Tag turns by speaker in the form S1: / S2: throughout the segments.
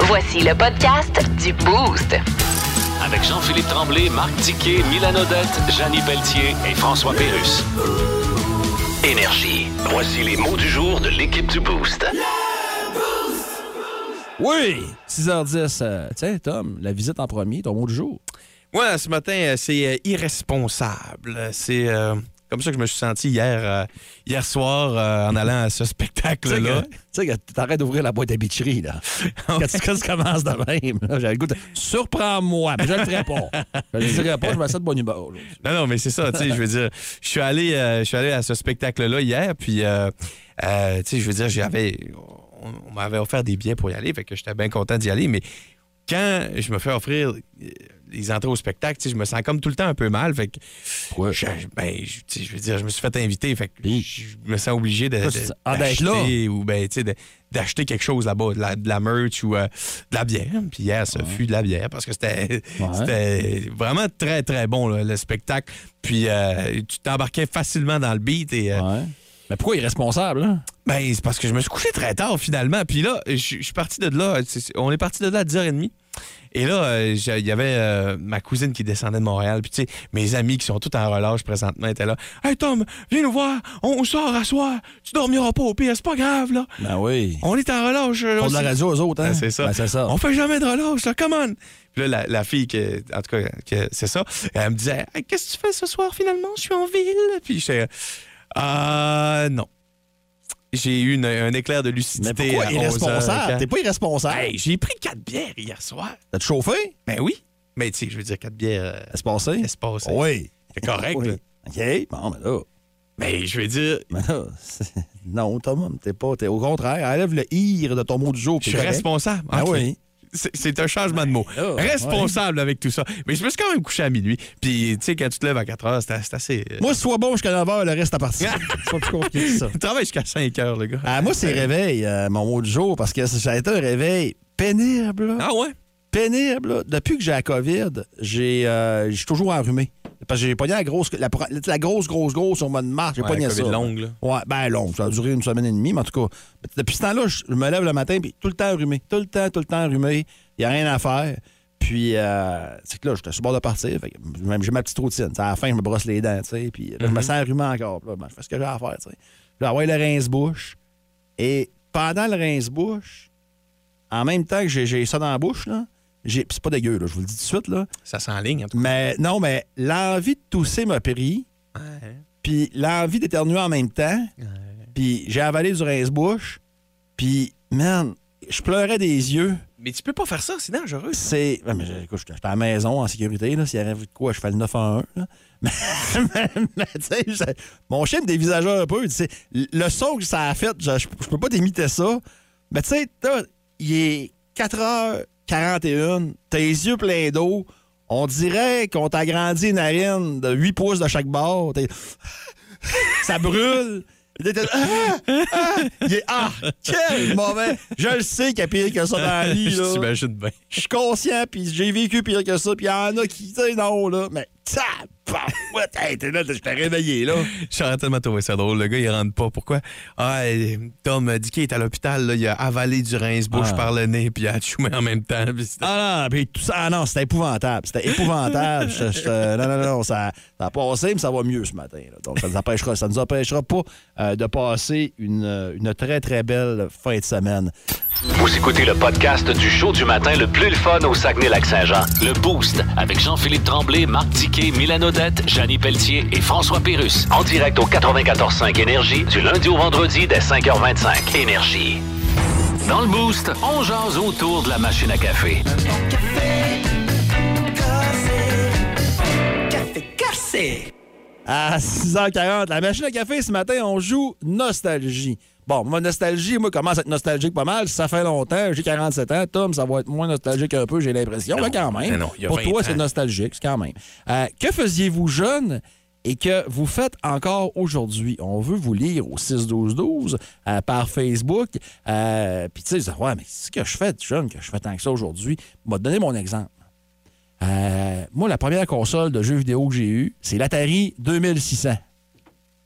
S1: Voici le podcast du Boost.
S2: Avec Jean-Philippe Tremblay, Marc Tiquet, Milan Odette, Janine Pelletier et François Pérus. Énergie. Voici les mots du jour de l'équipe du Boost.
S3: Oui! 6h10. euh, tiens, Tom, la visite en premier, ton mot du jour.
S4: Ouais, ce matin, euh, c'est euh, irresponsable. Euh, C'est euh, comme ça que je me suis senti hier, euh, hier soir euh, en allant à ce spectacle-là.
S3: Tu sais, que t'arrêtes d'ouvrir la boîte à bitcherie, là.
S4: Ah
S3: quand, tu, quand tu commences de même, là, j'avais le goût de... Surprends-moi, mais je le ferai pas. Je le dirai pas, je me sens de bonne humeur. aujourd'hui.
S4: Non, non, mais c'est ça, tu sais, je veux dire, je suis allé, euh, je suis allé à ce spectacle-là hier, puis, euh, euh, tu sais, je veux dire, j'avais, on, on m'avait offert des billets pour y aller, fait que j'étais bien content d'y aller, mais quand je me fais offrir euh, les entrées au spectacle, tu sais, je me sens comme tout le temps un peu mal, fait que,
S3: Pourquoi?
S4: je, ben, je, tu sais, je veux dire, je me suis fait inviter, fait que je me sens obligé de,
S3: Mmh. Ça,
S4: de-
S3: c'est- ah, d'être
S4: d'acheter ou ben, tu sais, de- d'acheter quelque chose là-bas, de la, de la merch ou euh, de la bière. Puis hier, ça fut de la bière parce que c'était c'était vraiment très, très bon, là, le spectacle. Puis euh, tu t'embarquais facilement dans le beat et... euh,
S3: Ouais. Mais pourquoi irresponsable, hein?
S4: ben, c'est parce que je me suis couché très tard finalement. Puis là, je je suis parti de là. c'est- c'est- On est parti de là à 10h30. Et là, euh, j'ai- il y avait euh, ma cousine qui descendait de Montréal. Puis, tu sais, mes amis qui sont tous en relâche présentement étaient là. Hey, Tom, viens nous voir. On, on sort à soir. Tu dormiras pas au pire. C'est pas grave, là.
S3: Ben oui.
S4: On est en relâche. là,
S3: Pour de la
S4: c'est-
S3: radio aux autres, hein?
S4: ben, c'est ça.
S3: Ben, c'est ça.
S4: On fait jamais de relâche, là. Come on. Puis là, la, la fille, que, en tout cas, que c'est ça, elle me disait Hey, Qu'est-ce que tu fais ce soir finalement Je suis en ville. Puis j'étais Ah, non. J'ai eu une- un éclair de
S3: Mais
S4: lucidité.
S3: pourquoi
S4: à 11 heures,
S3: irresponsable?
S4: quand-
S3: T'es pas irresponsable.
S4: Hey, j'ai pris quatre bières hier soir.
S3: T'as te chauffé?
S4: Ben oui. Mais tu sais, je veux dire, quatre bières, euh,
S3: Est-ce passé?
S4: ça se passe.
S3: Oui.
S4: C'est correct,
S3: Oui.
S4: là.
S3: OK. Bon, mais là...
S4: Mais je veux dire,
S3: Mais là, c'est- non, Thomas, t'es pas. t'es- au contraire, enlève le ir de ton mot du jour.
S4: je
S3: puis
S4: suis
S3: correct.
S4: responsable.
S3: Ah
S4: Ok.
S3: oui. Ben
S4: C'est c'est un changement de mot.
S3: là,
S4: Responsable avec tout ça. Mais je me suis quand même couché à minuit. Puis, tu sais, quand tu te lèves à 4 heures, c'est c'est assez. euh,
S3: Moi, soit bon jusqu'à 9h, le reste à partir. C'est pas plus compliqué que ça.
S4: Il travaille jusqu'à 5 heures, le gars.
S3: Ah, moi, c'est réveil, euh, mon mot du jour, parce que ça a été un réveil pénible. là.
S4: Ah ouais?
S3: Pénible. là. Depuis que j'ai la COVID, j'ai, euh, je suis toujours enrhumé. Parce que j'ai pogné la grosse, la, pro- la grosse, grosse, grosse au mois de mars. J'ai
S4: Ouais,
S3: pogné
S4: la
S3: ça.
S4: COVID longue, là.
S3: Ouais, ben long. Ça a duré une semaine et demie, mais en tout cas, depuis ce temps-là, je je me lève le matin, puis tout le temps enrhumé. Tout le temps, tout le temps enrhumé. Il n'y a rien à faire. Puis, euh, c'est que là, j'étais sur le bord de partir. Fait que même, j'ai ma petite routine. C'est à la fin, je me brosse les dents, tu sais. Puis là, je me sens enrhumé encore. Puis là, ben, je fais ce que j'ai à faire, tu sais. Puis Là, ouais, le rince-bouche. Et pendant le rince-bouche, en même temps que j'ai, j'ai ça dans la bouche, là, j'ai, puis c'est pas dégueu, là, je vous le dis tout de suite, là.
S4: Ça s'enligne, en tout
S3: Mais non, mais l'envie de tousser m'a pris
S4: cas. Ouais.
S3: puis l'envie d'éternuer en même temps. Puis j'ai avalé du rince-bouche. Puis, man, je pleurais des yeux.
S4: Mais tu peux pas faire ça, c'est dangereux.
S3: C'est. ouais, mais j'ai- écoute, j'étais j'étais à la maison en sécurité. là. S'il arrive de quoi, je fais le 911. Là. Mais, mais- mais, tu sais, je- mon chien me dévisageait un peu. tu sais. Le son que ça a fait, je, je- je peux pas t'imiter ça. Mais tu sais, là, il est 4h41. Tes yeux pleins d'eau. On dirait qu'on t'a agrandi une narine de 8 pouces de chaque bord. T'es- ça brûle. Il était- Ah! Ah! Il est- ah! Quel mauvais! Je le sais qu'il y a pire que ça dans la vie.
S4: Je
S3: là
S4: t'imagine bien.
S3: je suis conscient, puis j'ai vécu pire que ça, puis il y en a qui, tu sais, non, là, mais ça, ouais, hey, t'es là, t'es- je t'ai réveillé, là.
S4: J'aurais tellement trouvé ça drôle. Le gars, il rentre pas. Pourquoi? Ah, euh, Tom Dickey est à l'hôpital. là. Il a avalé du rince-bouche
S3: Ah.
S4: par le nez, puis il a choumé en même temps. puis c'était-
S3: Ah non, puis tout ça, ah non, c'était épouvantable, c'était épouvantable. Je- je- non, non, non, non, ça, ça a passé, mais ça va mieux ce matin, là. donc ça nous empêchera, ça nous empêchera pas euh, de passer une, euh, une très, très belle fin de semaine.
S2: Vous écoutez le podcast du show du matin le plus le fun au Saguenay-Lac-Saint-Jean. Le Boost avec Jean-Philippe Tremblay, Marc Tiquet, Milan Odette, Janine Pelletier et François Pérus. En direct au 94.5 Énergie du lundi au vendredi dès 5h25. Énergie. Dans le Boost, on jase autour de la machine à café.
S3: À 6h40, la machine à café, ce matin, on joue Nostalgie. Bon, ma nostalgie, moi, commence à être nostalgique pas mal. Ça fait longtemps, j'ai 47 ans. Tom, ça va être moins nostalgique un peu, j'ai l'impression,
S4: Non,
S3: là, quand même.
S4: mais non, il y a
S3: Pour
S4: 20
S3: toi,
S4: ans.
S3: c'est nostalgique, c'est quand même. Euh, que faisiez-vous jeune et que vous faites encore aujourd'hui? On veut vous lire au 6-12-12 euh, par Facebook. Euh, Puis, tu sais, vous dites, ouais, mais ce que je fais de jeune, que je fais tant que ça aujourd'hui, m'a donné mon exemple. Euh, moi, la première console de jeux vidéo que j'ai eue, c'est l'Atari 2600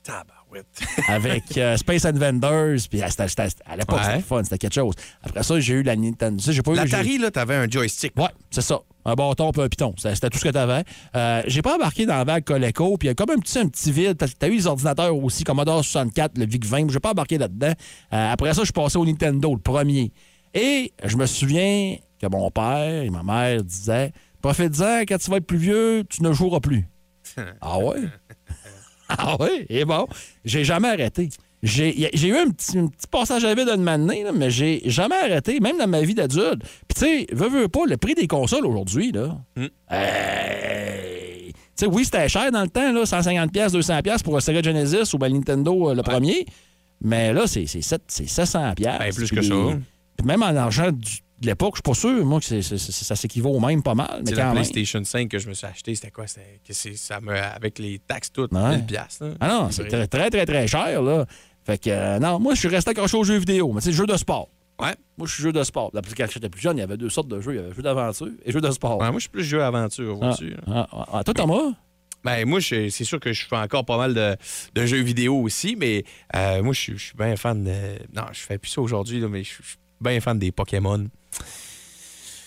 S4: Tabarouette.
S3: avec euh, Space Invaders. Puis ah, c'était- c'était- à l'époque,
S4: Ouais.
S3: c'était le fun, c'était quelque chose. Après ça, j'ai eu la Nintendo. Tu sais, j'ai pas eu- j'ai-
S4: L'Atari, là, t'avais un joystick.
S3: Ouais, c'est ça. Un bâton puis un piton. Ça, C'était tout ce que t'avais. Euh, j'ai pas embarqué dans la vague Coleco. Puis il y a comme un petit, un petit vide. Parce que t'as eu les ordinateurs aussi, Commodore 64, le VIC-20. J'ai pas embarqué là-dedans. Euh, après ça, je suis passé au Nintendo, le premier. Et je me souviens que mon père et ma mère disaient Profite-en, quand tu vas être plus vieux, tu ne joueras plus. ah ouais? Ah oui, et bon, j'ai jamais arrêté. J'ai y a- j'ai eu un petit, un petit passage à vide une année, là, mais j'ai jamais arrêté, même dans ma vie d'adulte. Puis tu sais, veux, veux pas, le prix des consoles aujourd'hui, là...
S4: Hmm.
S3: hey! Tu sais, oui, c'était cher dans le temps, là, 150$, 200$ pour un Sega Genesis ou ben, Nintendo euh, le premier, mais là, c'est c'est sept- c'est 700$.
S4: Ben, plus
S3: Puis
S4: que ça.
S3: les- Puis même en argent du- de l'époque, je suis pas sûr, moi, que c'est- c'est- c'est- ça s'équivaut au même pas mal, mais
S4: C'est la
S3: quand même.
S4: PlayStation 5 que je me suis acheté. C'était quoi? C'était- que c'est- ça me, avec les taxes toutes,
S3: Ouais.
S4: 1000 piastres. là.
S3: Ah non, c'est
S4: vrai.
S3: très, très, très, très cher, là. Fait que, euh, non, moi, je suis resté accroché aux jeux vidéo, mais tu sais, jeux de sport.
S4: Ouais.
S3: Moi, je suis jeu de sport. Là, parce que Quand j'étais plus jeune, il y avait deux sortes de jeux. Il y avait jeux d'aventure et jeux de sport.
S4: Ouais, moi, je suis plus jeu aventure.
S3: Ah,
S4: vois-tu, là.
S3: ah, ah, ah, toi, Thomas?
S4: Ben, moi, je- c'est sûr que je fais encore pas mal de, de jeux vidéo aussi, mais euh, moi, je suis- je suis bien fan de. Non, je fais plus ça aujourd'hui, là, mais je je suis bien fan des Pokémon.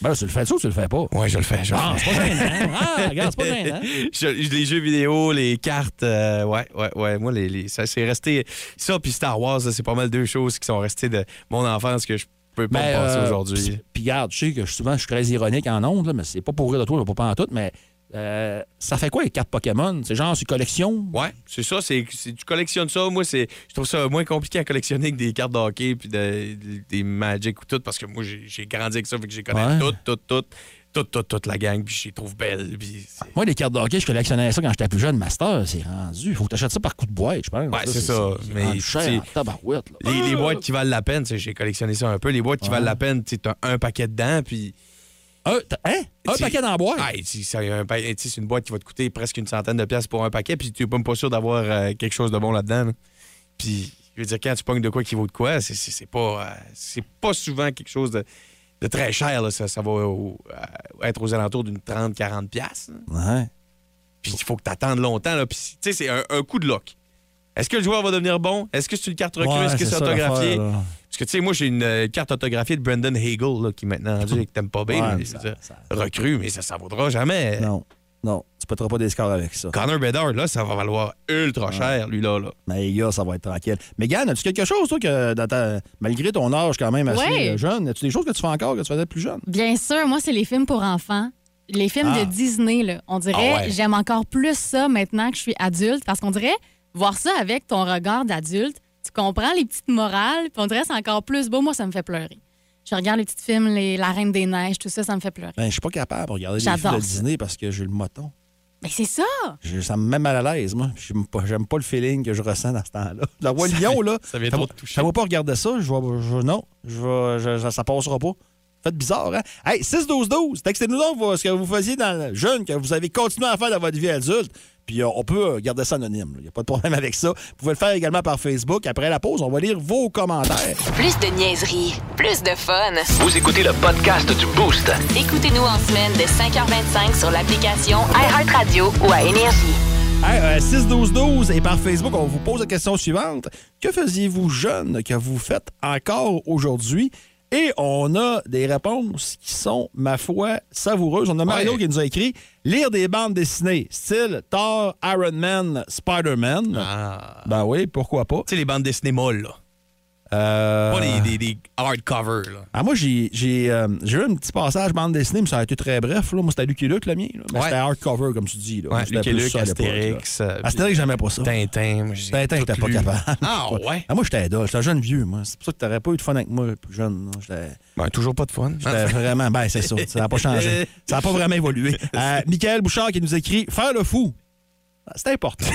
S3: Ben, là, tu le fais ça ou tu le fais pas?
S4: Ouais, je le fais. Je,
S3: Ah, c'est pas gênant. Ah, regarde, c'est pas gênant.
S4: les jeux vidéo, les cartes, euh, ouais, ouais, ouais. Moi, les, les- ça, c'est resté. Ça, puis Star Wars, là, c'est pas mal deux choses qui sont restées de mon enfance que je peux pas
S3: Ben,
S4: me passer
S3: euh,
S4: aujourd'hui.
S3: Puis, puis garde, je sais que souvent, je suis très ironique en ondes, là, mais c'est pas pour rire de toi, là, pas en tout, mais euh, ça fait quoi les cartes Pokémon? C'est genre, c'est collection?
S4: Ouais, c'est ça. C'est, c'est- tu collectionnes ça. Moi, c'est, je trouve ça moins compliqué à collectionner que des cartes de hockey puis de- des Magic ou tout, parce que moi, j'ai, j'ai grandi avec ça, fait que j'ai connais
S3: Ouais.
S4: tout, tout, tout, toute, toute, toute la gang, puis je les trouve belles. Puis c'est...
S3: Moi, les cartes de hockey, je collectionnais ça quand j'étais plus jeune. Master, c'est rendu. Faut que t'achètes ça par coup de boîte, je pense.
S4: Ouais, c'est ça. Mais,
S3: Mais rendu cher
S4: tu sais,
S3: en tabarouette, là.
S4: Les, les boîtes qui valent la peine, tu sais, j'ai collectionné ça un peu. Les boîtes qui valent la peine, tu sais, t'as un paquet dedans, puis.
S3: Un, t'as- hein? Un
S4: C'est-
S3: paquet dans la boîte?
S4: Ah, et si ça y a un pa- tu sais, c'est une boîte qui va te coûter presque une centaine de pièces pour un paquet, puis tu n'es même pas sûr d'avoir euh, quelque chose de bon là-dedans. là. Puis, je veux dire, quand tu pognes de quoi qui vaut de quoi, c'est- c'est c'est pas, euh, c'est pas souvent quelque chose de, de très cher. là. Ça, ça va au- euh, être aux alentours d'une 30-40 pièces.
S3: Ouais.
S4: Puis, il faut que tu attendes longtemps. là. Puis, tu sais, c'est un, un coup de luck. Est-ce que le joueur va devenir bon? Est-ce que c'est une carte recrue?
S3: Ouais,
S4: Est-ce que
S3: c'est
S4: c'est
S3: ça l'affaire,
S4: autographié?
S3: là.
S4: Parce que, tu sais, moi, j'ai une euh, carte autographiée de Brendan Hagel, là, qui est maintenant rendu avec Tampa Bay.
S3: Ouais,
S4: là,
S3: mais
S4: je veux
S3: ça-
S4: dire,
S3: ça-
S4: recrue, mais ça ne vaudra jamais.
S3: Non, non, tu ne pas des scores avec ça.
S4: Connor Bedard, là, ça va valoir ultra cher, lui-là. Là.
S3: Mais gars, ça va être tranquille. Mais Yann, as-tu quelque chose, toi, que dans ta- malgré ton âge quand même assez
S5: Ouais.
S3: euh, jeune, as-tu des choses que tu fais encore que tu faisais plus jeune?
S5: Bien sûr, moi, c'est les films pour enfants. Les films
S3: Ah.
S5: de Disney, là. On dirait,
S4: Ah ouais.
S5: j'aime encore plus ça maintenant que je suis adulte, parce qu'on dirait, voir ça avec ton regard d'adulte, tu comprends les petites morales, puis on dirait, c'est encore plus beau. Moi, ça me fait pleurer. Je regarde les petits films, les- La Reine des Neiges, tout ça, ça me fait pleurer.
S3: Ben, je suis pas capable de regarder les
S5: J'adore
S3: films de
S5: ça.
S3: Disney parce que j'ai le moton.
S5: Mais c'est ça!
S3: Je- ça me met mal à l'aise, moi. J'aime pas, j'aime pas le feeling que je ressens dans ce temps-là. La voix lion, là.
S4: ça vient
S3: va-
S4: trop te toucher.
S3: Ça va pas regarder ça. Je vais, je- non, je vais- je- ça, ça passera pas. Faites bizarre, hein? Hey, 6-12-12, textez-nous donc vous, ce que vous faisiez dans le jeune, que vous avez continué à faire dans votre vie adulte. Puis euh, on peut euh, garder ça anonyme. Il n'y a pas de problème avec ça. Vous pouvez le faire également par Facebook. Après la pause, on va lire vos commentaires.
S1: Plus de niaiserie, plus de fun.
S2: Vous écoutez le podcast du Boost.
S1: Écoutez-nous en semaine de 5h25 sur l'application iHeartRadio ou à Énergie.
S3: Hey, euh, 6-12-12 et par Facebook, on vous pose la question suivante. Que faisiez-vous jeune que vous faites encore aujourd'hui? Et on a des réponses qui sont, ma foi, savoureuses. On a Mario
S4: Ouais.
S3: qui nous a écrit lire des bandes dessinées, style Thor, Iron Man, Spider-Man.
S4: Ah.
S3: Ben oui, pourquoi pas?
S4: Tu sais, les bandes dessinées molles, là.
S3: Euh,
S4: Pas des, des, des hardcover, là.
S3: ah, moi, j'ai j'ai, euh, j'ai eu un petit passage bande dessinée, mais ça a été très bref. Là. Moi, c'était Lucky Luke, le mien. là. Mais
S4: Ouais.
S3: C'était hardcover, comme tu dis. Là.
S4: Ouais,
S3: C'était
S4: Lucky
S3: plus
S4: Luke,
S3: ça à l'époque, là.
S4: Astérix, euh,
S3: Astérix, j'aimais pas ça.
S4: Tintin, moi, j'ai
S3: Tintin,
S4: tout
S3: j'étais pas
S4: lu.
S3: capable.
S4: Ah, ouais?
S3: Ah, moi, j'étais adulte. J'étais un jeune vieux, moi. C'est pour ça que t'aurais pas eu de fun avec moi, plus jeune. non. J'étais
S4: Ben, toujours pas de fun.
S3: j'étais vraiment. Ben, c'est ça. Ça n'a pas changé. Ça n'a pas vraiment évolué. Euh, Michael Bouchard qui nous écrit Faire le fou. Ah, C'est important.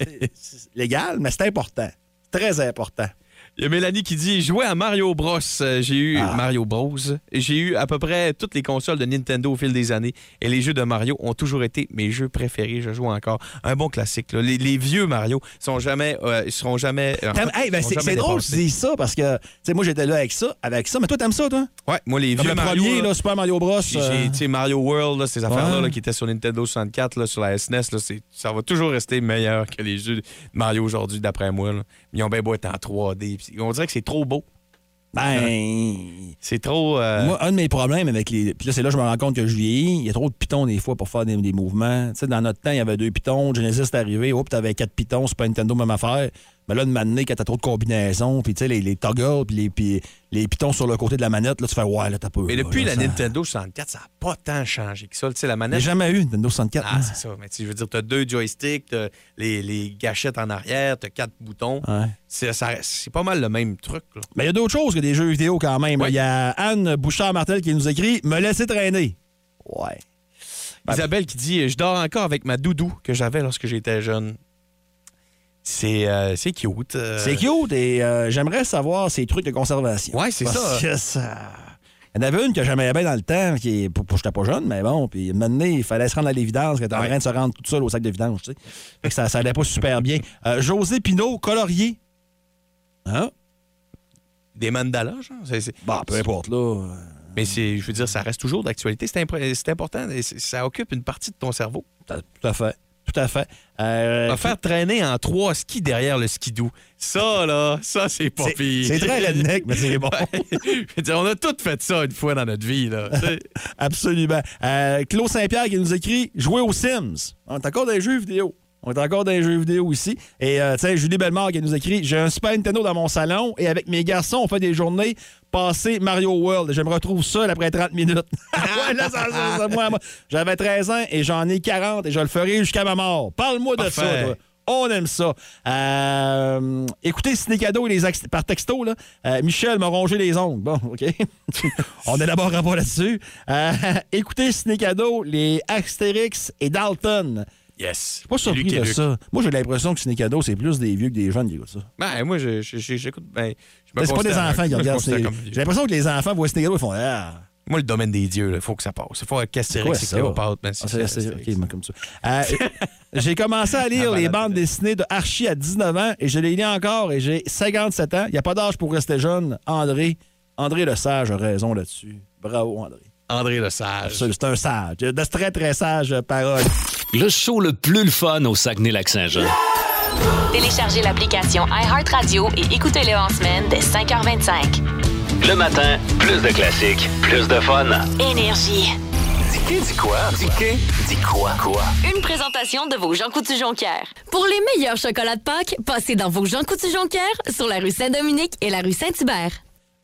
S3: C'est- c'est légal, mais c'est important. Très important.
S4: Il y a Mélanie qui dit Jouer à Mario Bros. Euh, J'ai eu
S3: Ah.
S4: Mario Bros. J'ai eu à peu près toutes les consoles de Nintendo au fil des années. Et les jeux de Mario ont toujours été mes jeux préférés. Je joue encore. Un bon classique. là. Les, les vieux Mario sont jamais. euh, seront jamais. euh,
S3: T'aimes- hey, ben,
S4: seront
S3: c'est
S4: jamais
S3: c'est drôle que tu
S4: dépassés.
S3: dises ça parce que, tu sais, moi, j'étais là avec ça, avec ça, mais toi, t'aimes ça, toi?
S4: Ouais, moi, les
S3: Comme
S4: vieux
S3: le
S4: Mario.
S3: premier,
S4: là,
S3: là, Super Mario Bros.
S4: Puis
S3: euh,
S4: j'ai, tu sais, Mario World, là, ces affaires-là
S3: Ouais.
S4: là, qui étaient sur Nintendo 64, là, sur la SNES, là, c'est- ça va toujours rester meilleur que les jeux de Mario aujourd'hui, d'après moi. là. Ils ont bien beau être en 3D. puis on dirait que c'est trop beau.
S3: ben,
S4: C'est trop. euh,
S3: Moi, un de mes problèmes avec les. Puis là, c'est là que je me rends compte que je vieillis. Il y a trop de pitons des fois pour faire des, des mouvements. Tu sais, dans notre temps, il y avait deux pitons. Genesis est arrivé. Oups, t'avais quatre pitons. Super Nintendo, même affaire. Mais là, de m'amener quand t'as trop de combinaisons, puis tu sais, les, les toggles, puis les, puis les pitons sur le côté de la manette, là, tu fais ouais, là, t'as pas.
S4: Mais depuis la Nintendo 64, ça n'a pas tant changé que ça. Tu sais, la
S3: J'ai
S4: manette.
S3: jamais eu une Nintendo 64.
S4: Ah, c'est ça. Mais tu sais, je veux dire, tu as deux joysticks, tu les, les gâchettes en arrière, tu as quatre boutons.
S3: Ouais.
S4: C'est, ça reste- c'est pas mal le même truc. là.
S3: Mais il y a d'autres choses que des jeux vidéo quand même.
S4: Ouais.
S3: Il y a Anne Bouchard-Martel qui nous écrit Me laisser traîner. Ouais. Ben,
S4: Isabelle qui dit Je dors encore avec ma doudou que j'avais lorsque j'étais jeune. C'est, euh, c'est cute. euh.
S3: C'est cute et euh, j'aimerais savoir ces trucs de conservation.
S4: Ouais, c'est
S3: Parce
S4: ça.
S3: que ça- Il y en avait une que j'aimais bien dans le temps, qui est... pour- pour- j'étais pas jeune, mais bon, puis maintenant, il fallait se rendre à l'évidence, qu'elle était en
S4: Ouais.
S3: train de se rendre toute seule au sac de vidange, tu sais. Fait que ça, ça allait pas super bien. Euh, José Pinault, colorier. Hein?
S4: Des mandalas, genre. C'est- c'est-
S3: Bah, peu importe, là.
S4: Mais c'est, je veux dire, ça reste toujours d'actualité. C'est, impré- c'est important. et c'est- ça occupe une partie de ton cerveau.
S3: Tout à- Euh, tout à fait. Tout à fait. Euh,
S4: Va faire traîner en trois skis derrière le skidou. Ça, là, ça, c'est pas
S3: c'est-
S4: pire.
S3: c'est très redneck, mais c'est bon.
S4: Ouais. Je veux dire, on a tous fait ça une fois dans notre vie. Là. tu sais.
S3: Absolument. Euh, Claude Saint-Pierre qui nous écrit Jouer aux Sims. On est encore dans les jeux vidéo. On est encore dans les jeux vidéo ici. Et euh, tiens, Julie Bellemare qui nous écrit J'ai un Super Nintendo dans mon salon et avec mes garçons, on fait des journées passées Mario World. Je me retrouve seul après 30 minutes. Ouais, là, ça, ça,
S4: Ah.
S3: ça, moi, moi. J'avais 13 ans et j'en ai 40 et je le ferai jusqu'à ma mort. Parle-moi de ça.
S4: Parfait.
S3: toi. On aime ça. Euh, écoutez, ciné cadeau et les acc- par texto, là. Euh, Michel m'a rongé les ongles. Bon, OK. On élabore un pas là-dessus. Euh, écoutez, ciné cadeau, les Astérix et Dalton.
S4: Yes.
S3: Pas surpris
S4: Luc et
S3: de
S4: Luc.
S3: ça. Moi, j'ai l'impression que ciné cadeau, c'est plus des vieux que des jeunes qui écoutent ça.
S4: Ben, moi, je- je- je- j'écoute. ben, je me
S3: C'est pas des
S4: considère-
S3: enfants
S4: moi,
S3: qui
S4: je
S3: regardent
S4: considère
S3: ciné
S4: comme vieux.
S3: J'ai l'impression que les enfants voient ciné cadeau et font Ah,
S4: Moi, le domaine des dieux, il faut que ça passe. Il faut
S3: quoi
S4: qu'Astérix et
S3: ça?
S4: Cléopâtre. ben,
S3: Ah, c'est- c'est-
S4: Astérix.
S3: ok, moi, comme ça. ben, Euh, j'ai commencé à lire
S4: Ah,
S3: les
S4: malade.
S3: bandes dessinées de Archie à 19 ans et je les lis encore et j'ai 57 ans. Il n'y a pas d'âge pour rester jeune. André, André le Sage a raison là-dessus. Bravo, André.
S4: André le Sage.
S3: C'est c'est un sage. De très, très sage euh, parole.
S2: Le show le plus le fun au Saguenay-Lac-Saint-Jean.
S1: Téléchargez l'application iHeartRadio et écoutez-le en semaine dès 5h25.
S2: Le matin, plus de classiques, plus de fun.
S1: Énergie.
S2: Dis dis quoi? Dis Dis quoi? Quoi?
S1: Une présentation de vos Jean Coutu Jonquière.
S6: Pour les meilleurs chocolats de Pâques, passez dans vos Jean Coutu Jonquière sur la rue Saint-Dominique et la rue Saint-Hubert.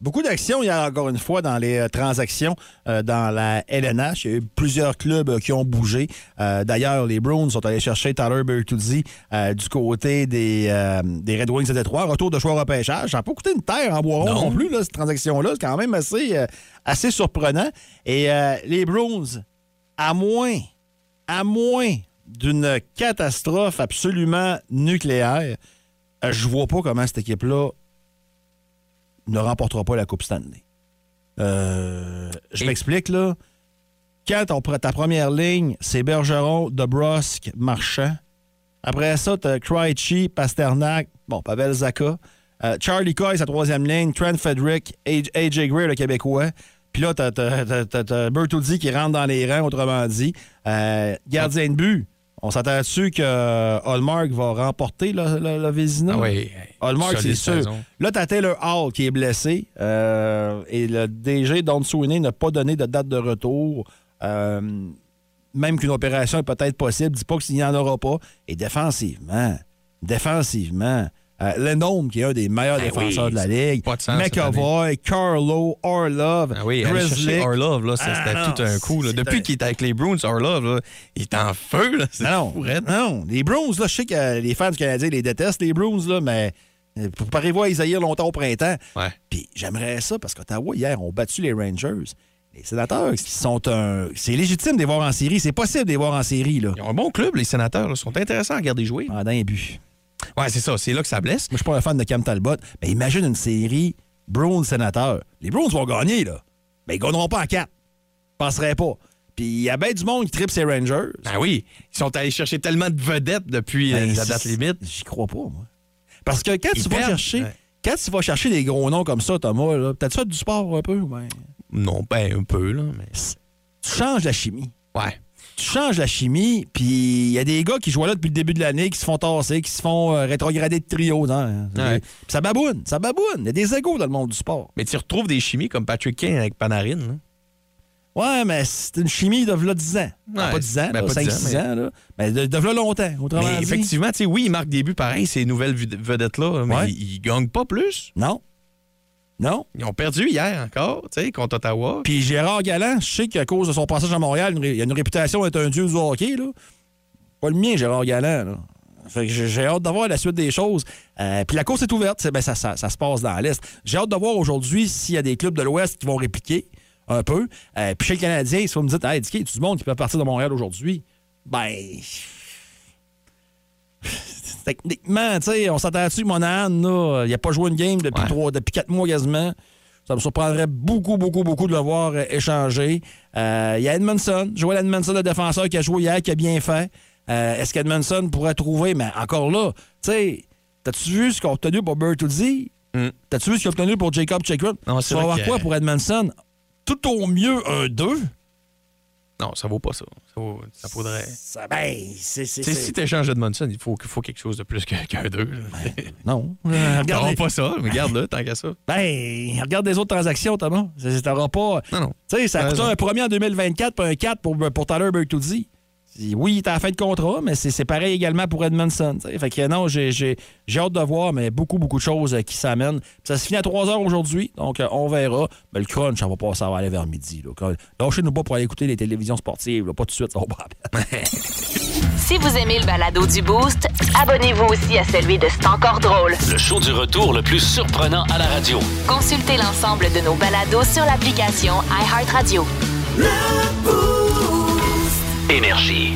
S3: Beaucoup d'actions hier, encore une fois, dans les euh, transactions euh, dans la LNH. Il y a eu plusieurs clubs euh, qui ont bougé. Euh, D'ailleurs, les Bruins sont allés chercher Tyler Bertuzzi euh, du côté des, euh, des Red Wings de Détroit. Retour de choix au repêchage. Ça n'a pas coûté une terre en bois non. non plus, là, cette transaction-là. C'est quand même assez, euh, assez surprenant. Et euh, les Bruins, à moins, à moins d'une catastrophe absolument nucléaire, euh, je vois pas comment cette équipe-là ne remportera pas la Coupe Stanley. Euh, je m'explique, là. Quand on prend ta première ligne, c'est Bergeron, DeBrusque, Marchand. Après ça, tu as Krejci, Pasternak, bon, Pavel Zaka. Euh, Charlie Coy, sa troisième ligne. Trent Frederick, AJ Gray, le Québécois. Puis là, t'as- t'as t'as- t'as- t'as Bertuzzi qui rentre dans les rangs, autrement dit. Euh, gardien de but, on s'attend dessus que euh, Hallmark va remporter le, le, le Vézina.
S4: Ah oui.
S3: Hallmark, c'est
S4: Solide
S3: sûr.
S4: saison.
S3: Là, t'as Taylor Hall qui est blessé euh, et le DG Don Sweeney n'a pas donné de date de retour. Euh, même qu'une opération est peut-être possible, dis pas qu'il n'y en aura pas. Et défensivement, défensivement, euh, Lindholm, qui est un des meilleurs
S4: Ben
S3: défenseurs
S4: oui,
S3: de la Ligue,
S4: pas de sens,
S3: McAvoy, Carlo, Orlov,
S4: Ah oui, aller
S3: Grizzly.
S4: chercher Orlov, là, ça, c'était
S3: Ah non,
S4: tout un coup. là.
S3: c'est-
S4: Depuis qu'il est avec les Bruins, Orlov, là, il est en feu. Là. C'est
S3: Non,
S4: fou, hein. raide.
S3: non, non. Les Bruins, là, je sais que les fans du Canadien les détestent, les Bruins, là, mais euh, préparez-vous à Isaïe longtemps au printemps.
S4: Ouais.
S3: Puis j'aimerais ça parce qu'Ottawa, hier, ont battu les Rangers. Les sénateurs, qui sont un. C'est légitime de les voir en série. C'est possible de les voir en série, là.
S4: Ils ont un bon club, les sénateurs. là. Ils sont intéressants à regarder jouer.
S3: Pendant un but.
S4: Ouais, Ouais, c'est ça. C'est là que ça blesse.
S3: Moi, je suis pas un fan de Cam Talbot, mais imagine une série Browns sénateur. Les Browns vont gagner, là. Mais ils gagneront pas en quatre. Je penserais pas. Puis il y a bien du monde qui tripe ses Rangers.
S4: Ben oui, ils sont allés chercher tellement de vedettes depuis euh,
S3: Ben,
S4: la
S3: c'est-
S4: date limite.
S3: J'y crois pas, moi. Parce que quand
S4: Ils
S3: tu vas
S4: perdent,
S3: chercher.
S4: ouais.
S3: Quand tu vas chercher des gros noms comme ça, Thomas, là, peut-être ça du sport un peu, ben,
S4: Non, ben un peu, là. Mais...
S3: tu changes la chimie.
S4: Ouais.
S3: Tu changes la chimie, puis il y a des gars qui jouent là depuis le début de l'année, qui se font tasser, qui se font euh, rétrograder de trio. hein.
S4: Ouais.
S3: Puis ça baboune, ça baboune. Il y a des égaux dans le monde du sport.
S4: Mais tu retrouves des chimies comme Patrick Kane avec Panarin. là.
S3: Ouais, mais c'est une chimie de v'là 10 ans. Ah,
S4: Ouais,
S3: pas 10 ans,
S4: ben, pas
S3: 5-6
S4: 10 ans, mais-
S3: ans, là. Mais de, de v'là longtemps, autrement
S4: Mais
S3: dit.
S4: effectivement, tu sais, oui, ils marquent des buts pareil, ces nouvelles vid- vedettes-là, mais
S3: Ouais.
S4: ils, ils gagnent pas plus.
S3: Non. Non.
S4: Ils ont perdu hier encore, tu sais, contre Ottawa.
S3: Puis Gérard Galland, je sais qu'à cause de son passage à Montréal, une ré- il a une réputation d'être un dieu du hockey, là. Pas le mien, Gérard Galland, là. Fait que j'ai j'ai hâte d'avoir la suite des choses. Euh, puis la course est ouverte, C'est- ben, ça, ça- ça se passe dans l'Est. J'ai hâte de voir aujourd'hui s'il y a des clubs de l'Ouest qui vont répliquer un peu. Euh, puis chez le Canadien, si vous me dites, hey, Dicky, tout le monde qui peut partir de Montréal aujourd'hui, ben, Techniquement, tu sais, on s'attend dessus, Monahan, là, il n'a pas joué une game depuis,
S4: Ouais.
S3: trois, depuis quatre mois quasiment. Ça me surprendrait beaucoup, beaucoup, beaucoup de le voir euh, échanger. Euh, Il y a Edmondson, Joel Edmondson, le défenseur qui a joué hier, qui a bien fait. Euh, Est-ce qu'Edmondson pourrait trouver, mais encore là, tu sais, t'as-tu vu ce qu'a obtenu pour Bertuzzi?
S4: Mm.
S3: T'as-tu vu ce qu'il a obtenu pour Jacob Chikrin?
S4: Non, c'est
S3: Tu vas
S4: vrai
S3: avoir
S4: que-
S3: quoi pour Edmondson? Tout au mieux un 2.
S4: Non, ça vaut pas ça. Ça, vaut- ça faudrait.
S3: Ça, ben, c'est... c'est-
S4: Tu sais,
S3: c'est-
S4: si tu échanges Edmondson, il faut, il faut quelque chose de plus que- qu'un deux. là.
S3: Non. Euh,
S4: T'auras
S3: regardez-
S4: pas ça, mais garde-le tant qu'à ça.
S3: Ben, regarde les autres transactions, Thomas. C'est- c'est- T'auras pas.
S4: Non, non.
S3: Tu sais, ça
S4: T'as
S3: coûte
S4: raison.
S3: un premier en 2024 puis un 4 pour, pour Tyler Bertuzzi. C'est- Oui, il est à la fin de contrat, mais c'est c'est pareil également pour Edmondson. tu sais. Fait que non, j'ai j'ai- j'ai hâte de voir, mais beaucoup, beaucoup de choses euh, qui s'amènent. Puis Ça se finit à 3 h aujourd'hui, donc euh, on verra. Mais le crunch, on va pas ça va aller vers midi. là. Quand- Lâchez-nous pas pour aller écouter les télévisions sportives, là. pas tout de suite. là, on va appeler.
S1: Si vous aimez le balado du Boost, abonnez-vous aussi à celui de C'est encore drôle.
S2: Le show du retour le plus surprenant à la radio.
S1: Consultez l'ensemble de nos balados sur l'application iHeartRadio.
S2: Énergie.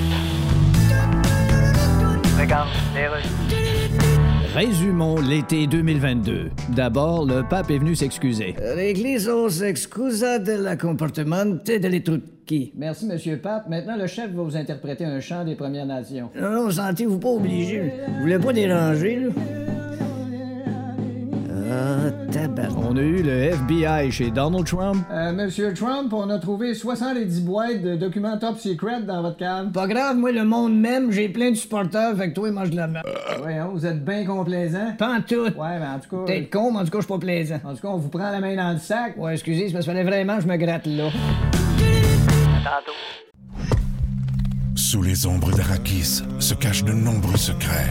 S7: Résumons l'été 2022. D'abord, le pape est venu s'excuser.
S8: L'église s'excusa de la comportement de l'étrutki.
S7: Merci, Monsieur Pape. Maintenant, le chef va vous interpréter un chant des Premières Nations.
S8: Non, non, sentez-vous pas obligé. Vous voulez pas déranger, là? Ah, tabac.
S7: On a eu le FBI chez Donald Trump. Euh, Monsieur Trump, on a trouvé 70 boîtes de documents top secret dans votre cave.
S8: Pas grave, moi, le monde même, j'ai plein de supporters, fait que toi, mange de la merde.
S7: Euh, Voyons, vous êtes bien complaisant.
S8: Pas en tout.
S7: Ouais, mais en tout cas...
S8: Peut-être con, mais en tout cas, je suis pas plaisant.
S7: En tout cas, on vous prend la main dans le sac.
S8: Ouais, excusez, c'est parce qu'il fallait vraiment que je me gratte là.
S9: Sous les ombres d'Arakis se cachent de nombreux secrets.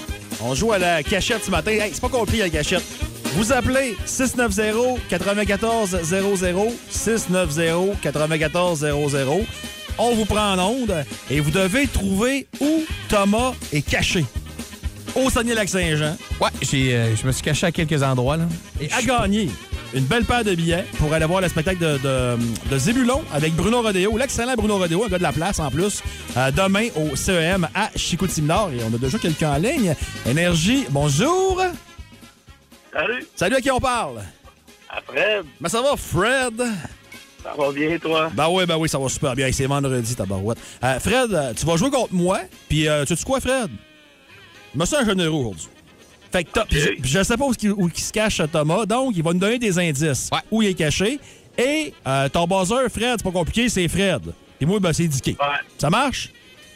S3: on joue à la cachette ce matin. Hey, c'est pas compliqué la cachette. Vous appelez 690-9400, 690-9400. On vous prend en onde et vous devez trouver où Thomas est caché. Au Saguenay-Lac-Saint-Jean.
S4: Ouais, j'ai, euh, je me suis caché à quelques endroits. Là.
S3: Et à gagner une belle paire de billets pour aller voir le spectacle de, de, de Zébulon avec Bruno Rodeo, l'excellent Bruno Rodeo, un gars de la place en plus, euh, demain au CEM à Chicoutimi-Nord. Et on a déjà quelqu'un en ligne. Énergie, bonjour!
S10: Salut,
S3: Salut à qui on parle?
S10: après,
S3: Ben ça va, Fred?
S10: ça va bien, toi?
S3: Ben oui, ben oui, ça va super bien. Hey, C'est vendredi, tabarouette. Euh, Fred, euh, tu vas jouer contre moi, puis euh, tu sais quoi, Fred? Je me sens un généreux aujourd'hui. Fait que t'as- puis je, puis je sais pas où, est-ce qu'il- où il se cache euh, Thomas, donc il va nous donner des indices
S4: Ouais.
S3: où il est caché. Et euh, ton buzzer, Fred, c'est pas compliqué, c'est Fred. Et moi, ben c'est Dicky.
S10: Ouais,
S3: Ça marche?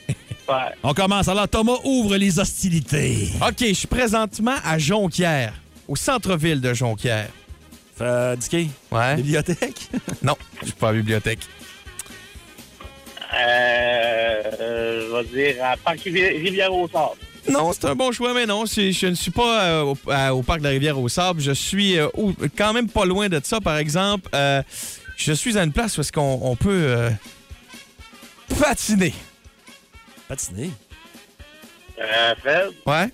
S10: ouais.
S3: On commence. Alors, Thomas ouvre les hostilités.
S4: OK, je suis présentement à Jonquière, au centre-ville de Jonquière.
S3: Euh, Dicky,
S4: Ouais?
S3: bibliothèque?
S4: Non, je suis pas à la bibliothèque.
S10: Euh, euh, je vais dire à Parc Rivière au Sable.
S4: Non, c'est un bon choix, mais non, c'est- je ne suis pas euh, au, à- au parc de la rivière aux Sables. Je suis euh, au- quand même pas loin de ça. Par exemple, euh, je suis à une place où est-ce qu'on on peut euh, patiner.
S3: Patiner?
S10: Euh, Fred,
S4: Ouais.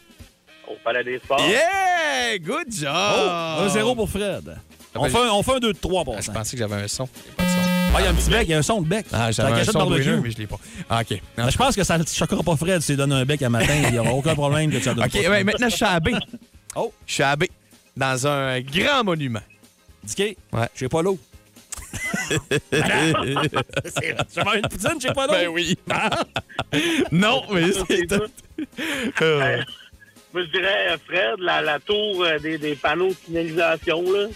S10: au Palais des Sports.
S4: Yeah! Good job! Ah!
S3: Oh, 1-0 pour Fred.
S4: ben,
S3: On fait, un, on fait un 2 de 3 pour Je
S4: pensais que j'avais un son.
S3: Ah, il y a un petit bec, il y a un son de bec.
S4: Ah,
S3: Dans la
S4: j'avais un
S3: cachette
S4: son
S3: barbecue.
S4: brûleux, mais je l'ai pas. Ah, OK.
S3: Ben, je pense que ça ne choquera pas Fred si tu lui donnes un bec à matin. Il n'y aura aucun problème que tu ça donnes
S4: OK,
S3: pas.
S4: ouais, maintenant, je suis à B.
S3: Oh.
S4: Je suis à B. Dans un grand monument.
S3: Dicky?
S4: Ouais.
S3: J'ai pas l'eau.
S4: C'est-
S3: Je mange une poutine, j'ai pas l'eau.
S4: Ben oui. non, mais c'est Euh,
S10: Moi, je dirais, euh, Fred, la, la tour euh, des, des panneaux de signalisation, là.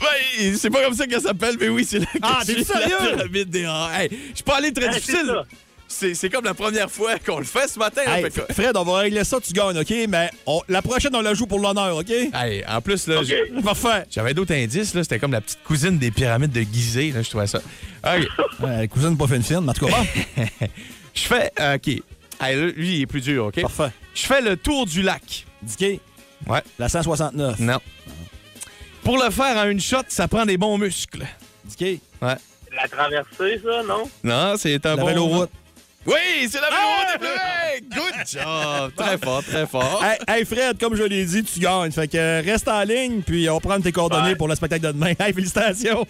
S4: Ben, c'est pas comme ça qu'elle s'appelle, mais oui, c'est la
S10: Ah,
S4: que
S10: t'es
S4: je suis,
S10: sérieux?
S4: La pyramide des Hans. Hey, je suis pas allé très
S3: Hey, c'est
S4: difficile.
S3: ça.
S4: C'est c'est comme la première fois qu'on le fait ce matin. là,
S3: Hey,
S4: fait que-
S3: Fred, on va régler ça, tu gagnes, OK? Mais on- la prochaine, on la joue pour l'honneur, OK?
S4: Hey, en plus, là, j'ai-
S3: Parfait.
S4: j'avais d'autres indices. là. C'était comme la petite cousine des pyramides de Gizeh. Là, je trouvais ça. OK.
S3: Ouais, cousine pas fine fine, mais en tout cas, bon.
S4: Je fais. euh, OK. Hey, là, lui, il est plus dur, OK?
S3: Parfait.
S4: Je fais le tour du lac.
S3: Dicky?
S4: Ouais. Mm.
S3: La 169.
S4: Non. Pour le faire en une shot, ça prend des bons muscles.
S3: Dicky?
S4: Ouais.
S10: La traversée, ça, non?
S4: Non, c'est un
S3: La
S4: bon.
S3: véloroute.
S4: Oui, c'est la
S3: Ah!
S4: véloroute des Bleuets! Good job! Très fort, très fort.
S3: Hey, hey, Fred, comme je l'ai dit, tu gagnes. Fait que euh, reste en ligne, puis on prend tes coordonnées
S10: Ouais.
S3: pour le spectacle de demain. Hey, félicitations.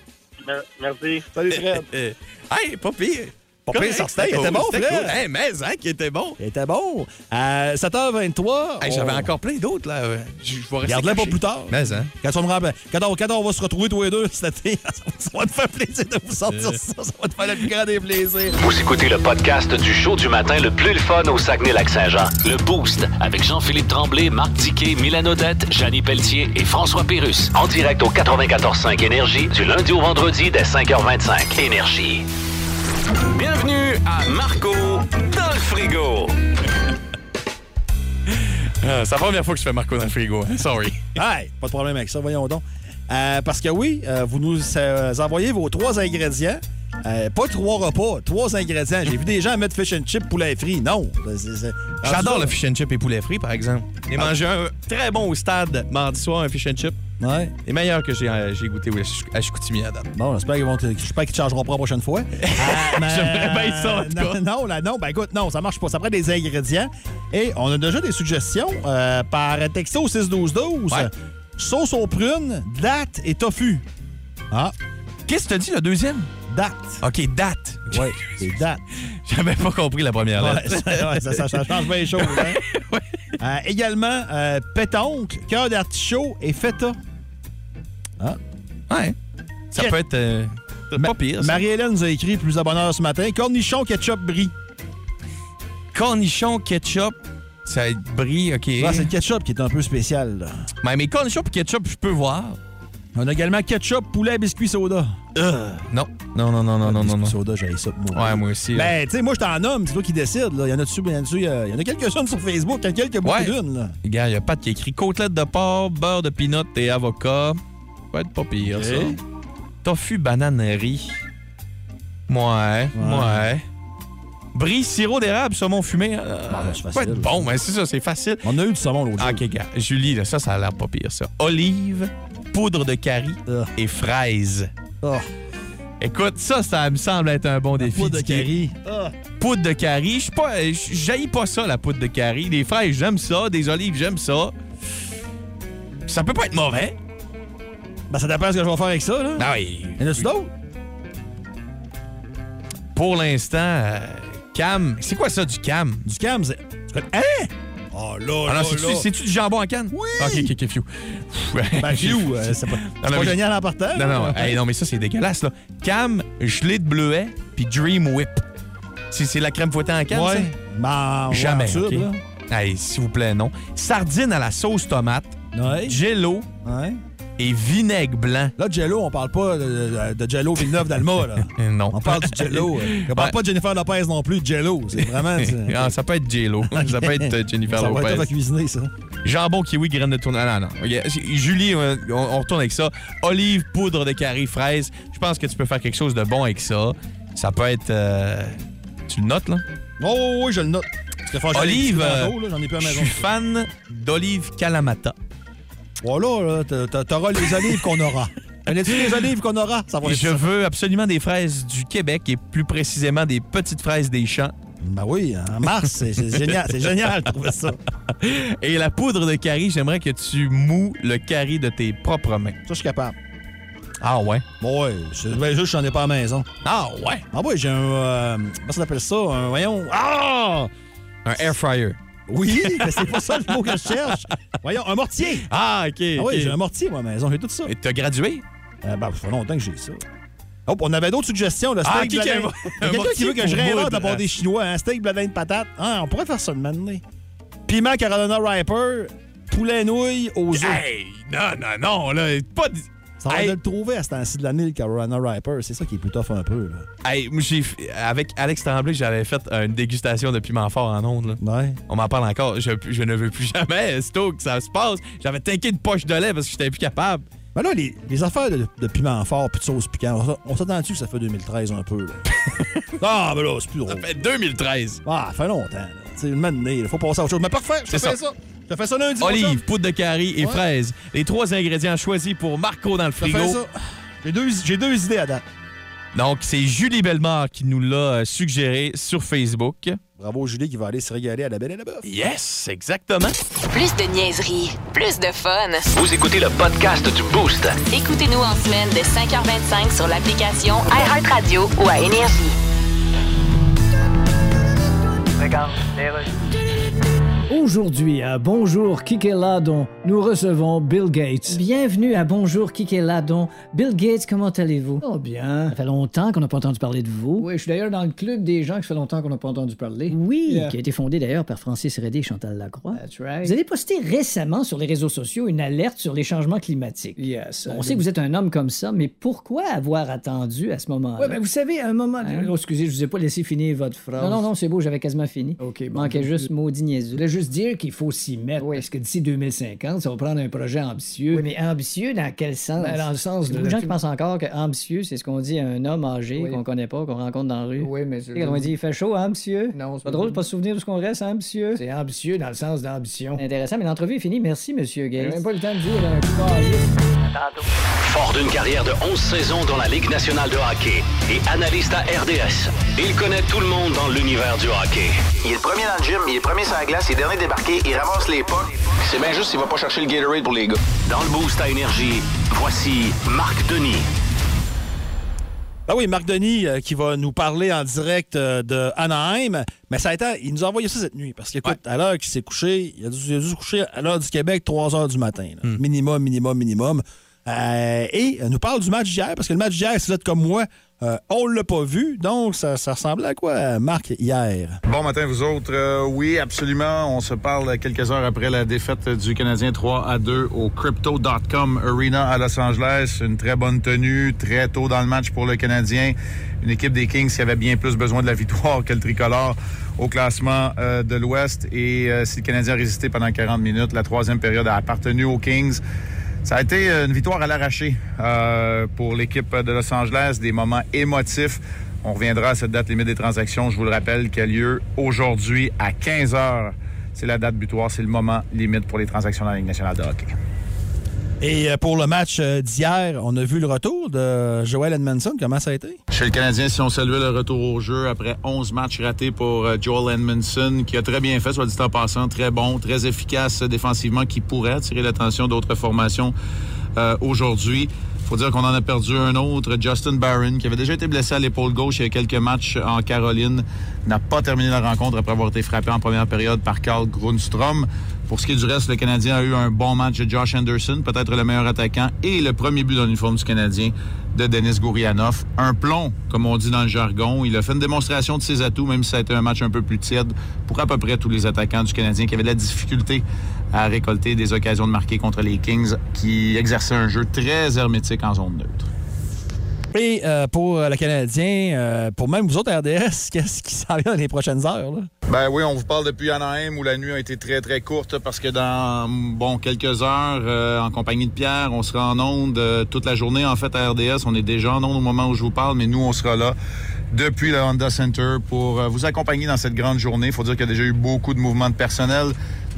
S10: Me- Merci.
S3: Salut, Fred.
S4: Eh, hey, pas pire.
S3: Pas pire,
S4: Correct,
S3: sorti. Il était bon,
S4: c'était
S3: Fred.
S4: cool. Hey, mais, hein, qui était bon.
S3: Il était bon. À 7h23.
S4: Hey,
S3: on-
S4: J'avais encore plein d'autres, là. Euh, Je, je vais rester
S3: Garde-la Oh. pour
S4: caché.
S3: plus tard.
S4: Mais, hein.
S3: Quand on, me rappelle- quand on- quand on va se retrouver tous les deux cet été, ça va te faire plaisir de vous sortir ça. Ça va te faire le plus grand des plaisirs.
S2: Vous écoutez le podcast du show du matin le plus le fun au Saguenay-Lac-Saint-Jean. Le Boost avec Jean-Philippe Tremblay, Marc Diquet, Milan Odette, Janine Pelletier et François Pérus. En direct au 94.5 Énergie du lundi au vendredi dès 5h25. Énergie. Bienvenue à Marco dans le frigo.
S4: Ah, c'est la première fois que je fais Marco dans le frigo. hein. Sorry.
S3: Hey, pas de problème avec ça, voyons donc. Euh, parce que oui, euh, vous nous euh, envoyez vos trois ingrédients. Euh, pas trois repas, trois ingrédients. J'ai vu des gens mettre fish and chip poulet frit. Non. c'est- c'est-
S4: J'adore
S3: Ah,
S4: le fish and chip et poulet frit, par exemple. J'ai mangé un très bon au stade mardi soir, un fish and chip.
S3: Ouais.
S4: Les meilleurs que j'ai euh, j'ai goûté oui, à Chic- à Chicoutimi à date.
S3: Bon, j'espère qu'ils vont te- j'espère qu'ils te chargeront pas la prochaine fois. Ah, mais-
S4: J'aimerais bien ça, en tout
S3: non,
S4: cas.
S3: non, là, non, ben écoute, non, ça marche pas. Ça prend des ingrédients. Et on a déjà des suggestions euh, par texto 61212.
S4: Ouais.
S3: Sauce aux prunes, date et tofu. Ah,
S4: Qu'est-ce que tu dit, le deuxième?
S3: date.
S4: OK, date.
S3: Oui, c'est date.
S4: J'avais pas compris la première
S3: Ouais,
S4: lettre.
S3: ça, ouais, ça- ça- ça change bien les choses. hein. Euh, également, euh, pétoncle, cœur d'artichaut et feta.
S4: Ouais. Ça
S3: Ket-
S4: peut être euh, pas pire. ça.
S3: Marie-Hélène nous a écrit plus à bonne heure ce matin. Cornichon, ketchup, brie.
S4: Cornichon, ketchup, ça va être brie, OK.
S3: Ouais, Ah, c'est le ketchup qui est un peu spécial. là.
S4: mais, mais cornichon et ketchup, je peux voir.
S3: On a également ketchup, poulet, biscuit, soda.
S4: Non, non, non, non, non, Ah, non, non.
S3: Biscuit
S4: non.
S3: soda, j'ai ça pour moi.
S4: Ouais, moi aussi. là.
S3: Ben, tu sais, moi, je t'en nomme, c'est toi qui décide. là. Il y en a dessus, il y en a dessus, il y a- il y en a quelques-unes sur Facebook, il y en a quelques
S4: Ouais.
S3: beaucoup d'une. là.
S4: Regarde, il y a Pat qui écrit côtelette de porc, beurre de pinot et avocat. Ça va être pas pire,
S3: Ok.
S4: ça. Tofu, banane, riz. Ouais, ouais. Brie, sirop d'érable, saumon fumé. euh,
S3: Bon, ben, c'est
S4: ça va
S3: facile,
S4: être bon, mais c'est ça, c'est facile.
S3: On a eu du saumon l'autre
S4: Ah,
S3: jour.
S4: OK, gars. Julie, là, ça, ça a l'air pas pire, ça. Olive, poudre de carie
S3: Ah.
S4: et fraises.
S3: Ah,
S4: Écoute, ça, ça me semble être un bon défi.
S3: poudre de
S4: Dicky.
S3: curry. Ah.
S4: Poudre de carie. Je suis pas... je- J'haïs pas ça, la poudre de carie. Des fraises, j'aime ça. Des olives, j'aime ça. Ça peut pas être mauvais.
S3: Ben, ça dépend ce que je vais faire avec ça, là.
S4: Ah oui.
S3: Il y en a-tu d'autres?
S4: Pour l'instant, euh, cam... C'est quoi ça, du cam?
S3: Du cam, c'est. tu connais- Hein? Oh là,
S4: Ah non, c'est-tu- c'est-tu du jambon en canne?
S3: Oui!
S4: OK, OK, OK, fiu.
S3: Ben, Fiu, euh, c'est pas, c'est
S4: mais
S3: pas
S4: je-
S3: génial en partant.
S4: Non, non,
S3: là.
S4: hey, non, mais ça, c'est dégueulasse, là. Cam, gelée de bleuet, puis Dream Whip. C'est c'est la crème fouettée en canne, ça?
S3: Ouais. Ben, ouais,
S4: Jamais.
S3: en sud,
S4: OK? Hey, s'il vous plaît, non. Sardine à la sauce tomate,
S3: là. Ouais.
S4: jello
S3: Ouais.
S4: et vinaigre blanc.
S3: Là, Jello, on parle pas de, de Jello Villeneuve d'Alma, là.
S4: Euh, Non.
S3: On parle du Jello. euh. On parle
S4: Ouais.
S3: pas de Jennifer Lopez non plus, de Jello. C'est vraiment. c'est-
S4: Ah, ça peut être J-Lo. Ça peut être euh, Jennifer
S3: ça va être
S4: Lopez.
S3: tough à cuisiner, ça.
S4: Jambon, kiwi, graines de tournage. Ah, non, non. Ok, c'est- Julie, euh, on, on retourne avec ça. Olive, poudre de carie, fraise. Je pense que tu peux faire quelque chose de bon avec ça. Ça peut être. euh, Tu le notes, là?
S3: Oh, oui, je le note.
S4: Parce
S3: J'étais fâché avec
S4: Olive,
S3: les petits
S4: euh,
S3: tantôt, là, j'en ai plus à la
S4: je
S3: maison.
S4: suis fan d'Olive Kalamata.
S3: Voilà, là, t'a- t'a- t'auras les olives qu'on aura. Connais-tu les olives qu'on aura? Ça va
S4: Et
S3: être
S4: je
S3: ça.
S4: veux absolument des fraises du Québec et plus précisément des petites fraises des champs.
S3: Ben oui, en mars, c'est c'est génial, c'est génial de trouver ça.
S4: Et la poudre de carie, j'aimerais que tu moues le carie de tes propres mains.
S3: Ça, je suis capable.
S4: Ah ouais?
S3: Ouais, c'est- ben juste, j'en ai pas à la maison.
S4: Ah ouais?
S3: Ah ouais, j'ai un. euh, comment ça s'appelle ça? Un. Voyons. Ah!
S4: Un air fryer.
S3: Oui, mais c'est pas ça le mot que je cherche. Voyons, un mortier.
S4: Ah, OK.
S3: Ah
S4: ok.
S3: oui, j'ai un mortier, moi, à la maison, j'ai tout ça.
S4: Et t'as gradué?
S3: Euh, ben, ça fait longtemps que j'ai ça. Hop, on avait d'autres suggestions. Le steak
S4: Ah, qui
S3: bladin.
S4: qu'un-
S3: Il y a
S4: un
S3: quelqu'un qui
S4: mortier
S3: veut que
S4: pour
S3: je
S4: Wood,
S3: réinvente la
S4: hein.
S3: part des Chinois. Hein? Steak, bladin de patate. Ah, on pourrait faire ça le matin. Piment Carolina Reaper, poulet nouille aux œufs.
S4: Hey, non, non, non, là, pas... d-
S3: Ça va
S4: Hey.
S3: de le trouver à ce temps-ci de l'année, le Carolina Reaper. C'est ça qui est plus tough un peu. Là.
S4: Hey, moi, j'ai f- avec Alex Tremblay, j'avais fait une dégustation de piment fort en ondes. là.
S3: Ouais.
S4: On m'en parle encore. Je, je ne veux plus jamais, euh, Sto, que ça se passe. J'avais tanké une poche de lait parce que j'étais plus capable.
S3: Mais là, les, les affaires de, de piment fort puis de sauce piquante, on s'en- on s'attend-tu que ça fait 2013 un peu? Là? ah, mais là, c'est plus drôle.
S4: Ça fait 2013.
S3: Ah, ça fait longtemps. là. Tu sais, le moment il faut passer à autre chose. Mais parfait, je te fais
S4: C'est
S3: ça.
S4: ça.
S3: Je te fais ça lundi. prochain.
S4: Olive, poudre de carie et fraises. Les trois ingrédients choisis pour Marco dans le
S3: Je te fais ça.
S4: frigo.
S3: J'ai deux, j'ai deux idées à date.
S4: Donc, c'est Julie Bellemare qui nous l'a euh, suggéré sur Facebook.
S3: Bravo Julie qui va aller se régaler à la belle et la bœuf.
S4: Yes, exactement.
S1: Plus de niaiserie, plus de fun.
S2: Vous écoutez le podcast du Boost.
S1: Écoutez-nous en semaine de 5h25 sur l'application iHeartRadio ou à Énergie.
S8: Aujourd'hui à Bonjour Kikeladon, nous recevons Bill Gates. Bienvenue à Bonjour Kikeladon. Bill Gates, comment allez-vous? Oh bien. Ça fait longtemps qu'on n'a pas entendu parler de vous.
S7: Oui, je suis d'ailleurs dans le club des gens que ça fait longtemps qu'on n'a pas entendu parler.
S8: Oui,
S7: Yeah.
S8: qui a été fondé d'ailleurs par Francis Redé et Chantal Lacroix.
S7: That's right.
S8: Vous avez posté récemment sur les réseaux sociaux une alerte sur les changements climatiques.
S7: Yes.
S8: On sait que vous êtes un homme comme ça, mais pourquoi avoir attendu à ce moment-là?
S7: Ouais, ben, vous savez, à un moment.
S8: Hein? Oh, excusez, je vous ai pas laissé finir votre phrase.
S7: Non, non, non,
S8: c'est beau, j'avais quasiment fini.
S7: OK, bon. ben,
S8: Manquait juste maudit
S7: Je voulais juste dire qu'il faut s'y mettre. Parce que d'ici 2050, ça va prendre un projet ambitieux.
S8: Oui, mais ambitieux dans quel sens?
S7: Ben, dans le sens
S8: Il y a
S7: de.
S8: beaucoup de gens qui pensent encore que ambitieux, c'est ce qu'on dit à un homme âgé
S7: Oui.
S8: qu'on connaît pas, qu'on rencontre dans la rue.
S7: Oui, mais je-
S8: Et on dit, il fait chaud, hein, monsieur?
S7: Non,
S8: Pas drôle de pas se souvenir de ce qu'on reste, hein, monsieur?
S7: C'est ambitieux dans le sens d'ambition.
S8: Intéressant, mais l'entrevue est finie. Merci, monsieur
S7: J'ai
S8: Gates.
S7: même pas le temps de dire un carré.
S2: Fort d'une carrière de 11 saisons dans la Ligue nationale de hockey et analyste à RDS, il connaît tout le monde dans l'univers du hockey.
S11: Il est le premier dans le gym, il est le premier sur la glace, il est dernier débarqué, il ramasse les pas. C'est bien juste s'il va pas chercher le Gatorade pour les gars.
S2: Dans le Boost à Énergie, voici Marc Denis.
S3: Ah oui, Marc Denis euh, qui va nous parler en direct euh, de Anaheim. Mais ça a été, il nous a envoyé ça cette nuit. Parce qu'écoute, à l'heure qu'il s'est couché, il a, dû, il a dû se coucher à l'heure du Québec, 3 heures du matin. là.
S4: Hmm.
S3: Minimum, minimum, minimum. Euh, et il nous parle du match d'hier, parce que le match d'hier, si vous êtes comme moi, euh, on l'a pas vu. Donc, ça, ça ressemblait à quoi, euh, Marc, hier?
S12: Bon matin, vous autres. Euh, oui, absolument. On se parle quelques heures après la défaite du Canadien 3 à 2 au Crypto.com Arena à Los Angeles. Une très bonne tenue, très tôt dans le match pour le Canadien. Une équipe des Kings qui avait bien plus besoin de la victoire que le tricolore au classement euh, de l'Ouest. Et euh, si le Canadien a résisté pendant 40 minutes, la troisième période a appartenu aux Kings. Ça a été une victoire à l'arraché euh, pour l'équipe de Los Angeles, des moments émotifs. On reviendra à cette date limite des transactions, je vous le rappelle, qui a lieu aujourd'hui à 15 heures. Ah, C'est la date butoir, c'est le moment limite pour les transactions dans la Ligue nationale de hockey.
S3: Et euh, pour le match euh, d'hier, on a vu le retour de Joel Edmondson. Comment ça a été?
S12: Chez le Canadien, si on saluait le retour au jeu après 11 matchs ratés pour euh, Joel Edmondson, qui a très bien fait, soit dit en passant, très bon, très efficace euh, défensivement, qui pourrait attirer l'attention d'autres formations euh, aujourd'hui. faut dire qu'on en a perdu un autre, Justin Barron, qui avait déjà été blessé à l'épaule gauche il y a quelques matchs en Caroline, n'a pas terminé la rencontre après avoir été frappé en première période par Carl Grundstrom. Pour ce qui est du reste, le Canadien a eu un bon match de Josh Anderson, peut-être le meilleur attaquant, et le premier but dans l'uniforme du Canadien de Denis Gourianoff. Un plomb, comme on dit dans le jargon. Il a fait une démonstration de ses atouts, même si ça a été un match un peu plus tiède pour à peu près tous les attaquants du Canadien qui avaient de la difficulté à récolter des occasions de marquer contre les Kings, qui exerçaient un jeu très hermétique en zone neutre.
S3: Et euh, pour euh, le Canadien, euh, pour même vous autres RDS, qu'est-ce qui s'en vient dans les prochaines heures? là?
S12: Ben oui, on vous parle depuis Anaheim où la nuit a été très très courte parce que dans bon quelques heures euh, en compagnie de Pierre, on sera en onde euh, toute la journée en fait à RDS, on est déjà en onde au moment où je vous parle mais nous on sera là depuis le Honda Center pour euh, vous accompagner dans cette grande journée. Il faut dire qu'il y a déjà eu beaucoup de mouvements de personnel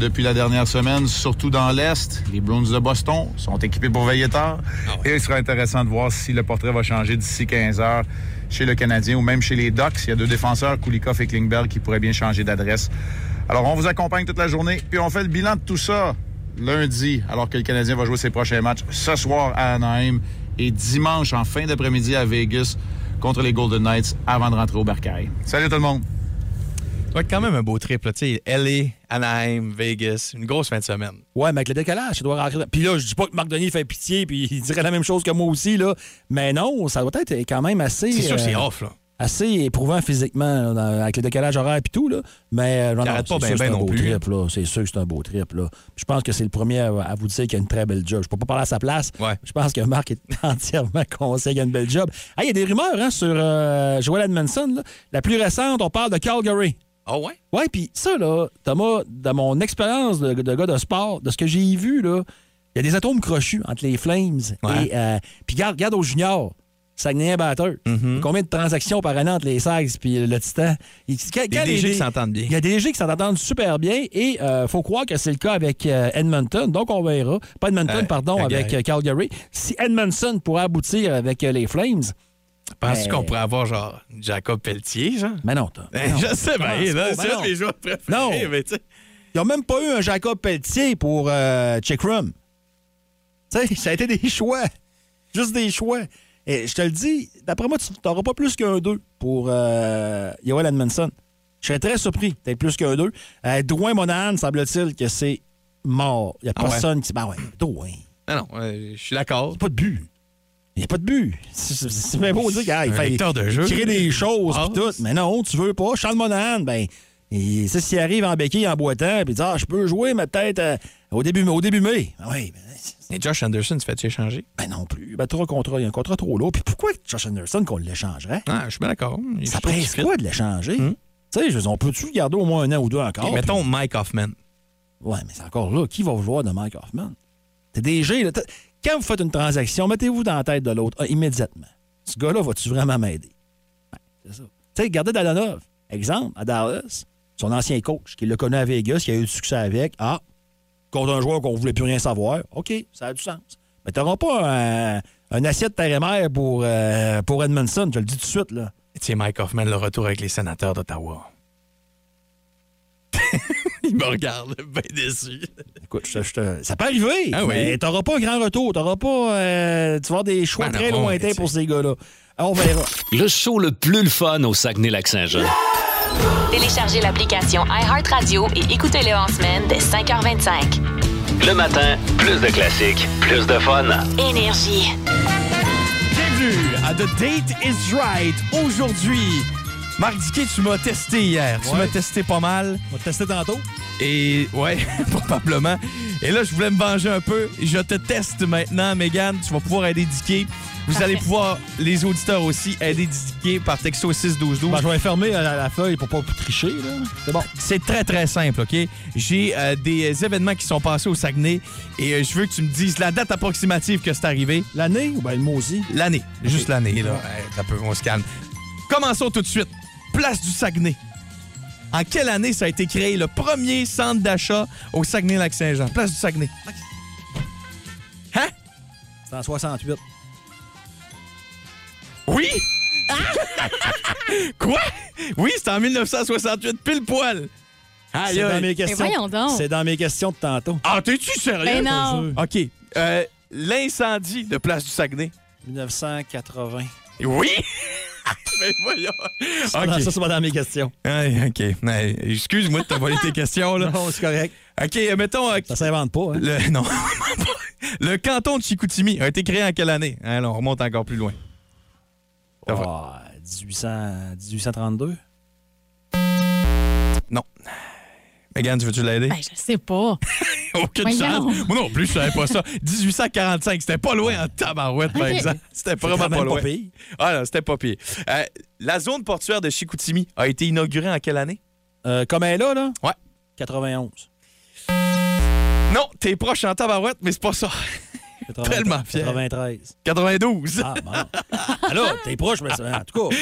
S12: depuis la dernière semaine, surtout dans l'Est. Les Bruins de Boston sont équipés pour veiller tard. Et il sera intéressant de voir si le portrait va changer d'ici 15 heures chez le Canadien ou même chez les Ducks. Il y a deux défenseurs, Kulikov et Klingberg, qui pourraient bien changer d'adresse. Alors, on vous accompagne toute la journée, puis on fait le bilan de tout ça lundi, alors que le Canadien va jouer ses prochains matchs ce soir à Anaheim et dimanche en fin d'après-midi à Vegas contre les Golden Knights avant de rentrer au Bercail. Salut tout le monde!
S4: Ça va être quand même un beau trip. Là. Tu sais, LA, Anaheim, Vegas, une grosse fin de semaine.
S3: Ouais, mais avec le décalage, ça doit rentrer. dans- Puis là, je dis pas que Marc Denis fait pitié, puis il dirait la même chose que moi aussi, là. Mais non, ça doit être quand même assez.
S4: C'est sûr,
S3: euh,
S4: c'est off. Là.
S3: Assez éprouvant physiquement, là, dans- avec le décalage horaire et tout, là. Mais euh, non, non,
S4: T'arrêtes pas
S3: c'est
S4: ben,
S3: sûr que c'est
S4: ben
S3: un
S4: non
S3: beau
S4: plus.
S3: trip, là. C'est sûr que c'est un beau trip, là. Puis Je pense que c'est le premier à, à vous dire qu'il y a une très belle job. Je peux pas parler à sa place. Je pense que Marc est entièrement conseil qu'il y a une belle job. Ah, Il y a des rumeurs hein, sur euh, Joel Edmondson, là. La plus récente, on parle de Calgary.
S4: Ah ouais?
S3: Ouais, puis ça, là, Thomas, dans mon expérience de, de gars de sport, de ce que j'ai vu, là, il y a des atomes crochus entre les Flames et. euh, puis garde, garde aux juniors. Saguenay batteur.
S4: Mm-hmm.
S3: Combien de transactions par année entre les Sags et le Titan? Il
S4: Des DG qui s'entendent bien.
S3: Il y a des DG qui s'entendent super bien et euh, faut croire que c'est le cas avec euh, Edmonton. Donc, on verra. Pas Edmonton,
S4: Euh,
S3: pardon,
S4: Calgary.
S3: avec euh, Calgary. Si Edmonton pourrait aboutir avec euh, les Flames.
S4: Penses-tu
S3: ben,
S4: qu'on pourrait avoir genre Jacob Pelletier, genre?
S3: Mais non, Tom.
S4: Ben,
S3: Non.
S4: je sais, ben,
S3: Commence
S4: là,
S3: pas,
S4: c'est
S3: ben
S4: un de mes joueurs préférés,
S3: Non.
S4: mais tu sais.
S3: Ils n'ont même pas eu un Jacob Pelletier pour euh, Checkroom. Tu sais, ça a été des choix. Juste des choix. Et je te le dis, d'après moi, tu n'auras pas plus qu'un 2 pour euh, Yoel Edmondson. Je serais très surpris d'être plus qu'un 2. Euh, Drouin Monahan, semble-t-il que c'est mort. Il n'y a
S4: Ah ouais?
S3: personne qui... Ben ouais, Drouin.
S4: Non, non, euh, je suis d'accord.
S3: Pas de but. Il n'y a pas de but. C'est- C'est c'est bien beau de dire
S4: Un
S3: qu'il fait
S4: lecteur de jeu.
S3: créer des choses
S4: Ah.
S3: pis tout. Mais non, tu veux pas. Charles Monahan, ben, il- ça, s'il arrive en béquille, en boitant, puis il dit Ah, je peux jouer, mais peut-être euh, au, début, au début mai. Ah oui,
S4: Et Josh Anderson, se fait-tu échanger?
S3: Ben non plus. Ben, trop contrat, il y a un contrat trop lourd. Puis pourquoi Josh Anderson qu'on l'échangerait?
S4: Ah, je suis bien d'accord. Il-
S3: Ça
S4: je trouve qu'il
S3: presse
S4: fit.
S3: quoi de l'échanger? Tu sais, je veux dire, on peut-tu le garder au moins un an ou deux encore?
S4: Et
S3: Puis-
S4: mettons Mike Hoffman.
S3: Ouais, mais c'est encore là. Qui va vouloir de Mike Hoffman? T'es DG, là. t'as- Quand vous faites une transaction, mettez-vous dans la tête de l'autre ah, immédiatement. Ce gars-là, va-tu vraiment m'aider? Ouais, c'est ça. Tu sais, regardez Dadanov. Exemple, à Dallas, son ancien coach, qui le connaît à Vegas, qui a eu du succès avec. Ah, contre un joueur qu'on voulait plus rien savoir. OK, ça a du sens. Mais t'auras pas un, un assiette terre et mer pour, euh, pour Edmondson, je le dis tout de suite, là.
S4: Tu sais, Mike Hoffman, le retour avec les sénateurs d'Ottawa. Il me regarde, bien déçu.
S3: Écoute, je te- je te- ça peut arriver.
S4: Ah oui.
S3: Mais t'auras pas un grand retour. T'auras pas. euh, tu vas avoir des choix
S4: Ben
S3: très
S4: non,
S3: lointains
S4: mais
S3: pour ces gars-là. On verra.
S2: Le show le plus le fun au Saguenay-Lac-Saint-Jean.
S1: Téléchargez l'application iHeartRadio et écoutez-le en semaine dès 5h25.
S2: Le matin, plus de classiques, plus de fun.
S1: Énergie.
S4: Bienvenue à The Date is Right aujourd'hui. Marc Diquet, tu m'as testé hier. Tu
S3: Ouais.
S4: m'as testé pas mal.
S3: On va te tester tantôt.
S4: Et ouais, probablement. Et là, je voulais me venger un peu. Je te teste maintenant, Megan. Tu vas pouvoir aider Diquet. Vous allez pouvoir, les auditeurs aussi, aider Diquet par texto 61212.
S3: Ben, je vais fermer la, la feuille pour pas tricher. là. C'est bon.
S4: C'est très, très simple, OK? J'ai euh, des événements qui sont passés au Saguenay et euh, je veux que tu me dises la date approximative que c'est arrivé.
S3: L'année ou bien le mot aussi?
S4: L'année. Juste l'année, là. Hey, t'as peu, on se calme. Commençons tout de suite. Place du Saguenay. En quelle année ça a été créé le premier centre d'achat au Saguenay-Lac-Saint-Jean? Place du Saguenay. Hein?
S3: C'est en 68.
S4: Oui! Ah! Quoi? Oui, c'est en 1968, pile poil. Aïe,
S3: C'est dans
S4: aïe.
S3: mes questions.
S5: voyons donc.
S3: C'est dans mes questions de tantôt.
S4: Ah, t'es-tu sérieux?
S5: Ben non.
S4: OK. Euh, L'incendie de Place du Saguenay.
S3: 1980.
S4: Oui! Mais voyons.
S3: Ça,
S4: OK.
S3: Ça, c'est pas dans mes questions.
S4: Hey, OK. Hey, Excuse-moi de te voler tes questions. Là.
S3: Non, c'est correct.
S4: OK, euh, mettons... euh,
S3: Ça s'invente pas. hein.
S4: le, non. le canton de Chicoutimi a été créé en quelle année? Hein, là, on remonte encore plus loin. Ça va.
S3: Ah, 1800 1832.
S4: Megan, tu veux-tu l'aider?
S5: Ben, je sais pas.
S4: Aucune
S5: Ben, voyons.
S4: chance. Moi non plus, je savais pas ça. 1845, c'était pas loin en tabarouette, par
S5: OK.
S4: exemple. C'était
S3: C'est
S4: vraiment
S3: quand même
S4: pas loin.
S3: pire.
S4: Ah non, c'était pas pire. Euh, la zone portuaire de Chicoutimi a été inaugurée en quelle année?
S3: Euh, comme elle est là, là?
S4: Ouais.
S3: 91.
S4: Non, t'es proche en tabarouette, mais c'est pas ça.
S3: 80
S4: Tellement fier.
S3: 93.
S4: 92.
S3: Ah, bon. Alors, t'es proche, mais c'est- en tout cas.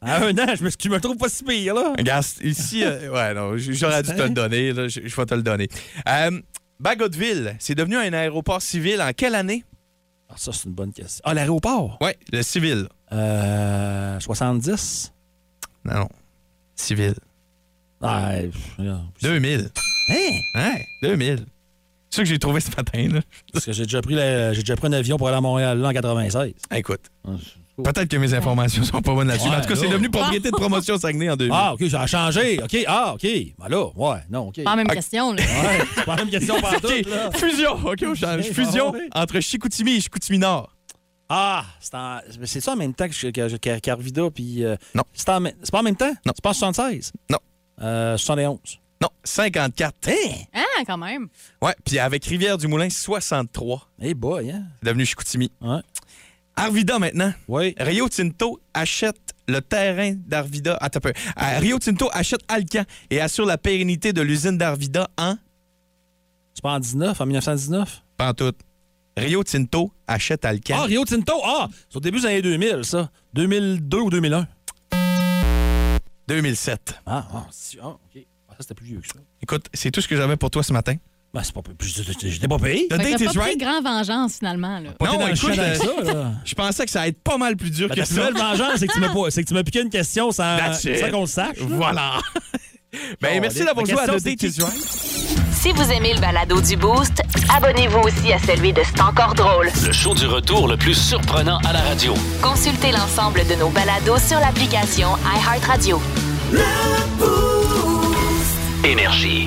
S3: À un an, je me, je me trouve pas si pire, là.
S4: Regarde, ici, euh, ouais, non, j- j'aurais dû te le donner. là, Je je vais te le donner. Euh, Bagotville, c'est devenu un aéroport civil en quelle année?
S3: Ah, ça, c'est une bonne question. Ah, l'aéroport?
S4: Oui, le civil.
S3: Euh, 70?
S4: Non, non. Civil.
S3: Ah, pff, regarde.
S4: 2000.
S3: Hein?
S4: Ouais, 2000. C'est ça que j'ai trouvé ce matin, là.
S3: Parce que j'ai déjà, pris la- j'ai déjà pris un avion pour aller à Montréal là, en 96.
S4: Écoute. Peut-être que mes informations sont pas bonnes là-dessus. mais en tout cas,
S3: Ouais,
S4: c'est
S3: là.
S4: devenu propriété de promotion Saguenay en 2000.
S3: Ah, OK, ça a changé. OK, ah, OK. Ben là, ouais, non, OK.
S13: Ah,
S5: Pas la même
S4: Ok.
S5: question, là.
S3: Ouais, c'est pas la même question par
S4: Ok,
S3: toutes, là.
S4: Fusion, ok, on change.
S3: Hey,
S4: Fusion
S3: bon, oui.
S4: entre Chicoutimi et Chicoutimi Nord.
S3: Ah, c'est en- mais c'est ça en même temps que, je- que, que- qu'Arvida, puis... euh,
S4: Non.
S3: C'est, en- c'est pas en même temps?
S4: Non.
S3: C'est pas en 76?
S4: Non.
S3: Euh, 71.
S4: Non, 54.
S3: Hey!
S5: Ah, quand même.
S4: Ouais, puis avec Rivière-du-Moulin, 63.
S3: Hey boy, hein?
S4: C'est devenu Chicoutimi.
S3: Ouais.
S4: Arvida maintenant.
S3: Oui.
S4: Rio Tinto achète le terrain d'Arvida. Attends un peu. Euh, Rio Tinto achète Alcan et assure la pérennité de l'usine d'Arvida en.
S3: C'est pas en 19, en 1919?
S4: Pas en tout. Rio Tinto achète Alcan.
S3: Ah, Rio Tinto! Ah! C'est au début des années 2000, ça. 2002 ou 2001.
S4: 2007.
S3: Ah, ah, si- ah, OK. Ah, ça, c'était plus vieux que ça.
S4: Écoute, c'est tout ce que j'avais pour toi ce matin.
S3: Ben, c'est pas... Je j'étais pas payé.
S4: The
S5: Fait
S4: date
S5: que t'as
S4: is
S5: pas pris
S4: right.
S5: grand vengeance, finalement, là.
S3: Pas été
S4: Non,
S3: dans le
S4: écoute,
S3: champ avec
S4: euh,
S3: ça, là.
S4: Je pensais que ça allait être pas mal plus dur
S3: Ben,
S4: que
S3: ta
S4: ça.
S3: nouvelle vengeance, c'est que tu m'as pas- c'est que tu m'as piqué une question sans,
S4: That's it.
S3: sans qu'on le sache. là.
S4: Voilà. ben,
S3: Oh,
S4: merci
S3: la
S4: d'avoir joué à
S3: question,
S4: The
S3: c'est
S4: Date is Right.
S1: Si vous aimez le balado du Boost, abonnez-vous aussi à celui de C'est encore drôle.
S2: Le show du retour le plus surprenant à la radio.
S1: Consultez l'ensemble de nos balados sur l'application iHeartRadio. Énergie.
S2: Énergie.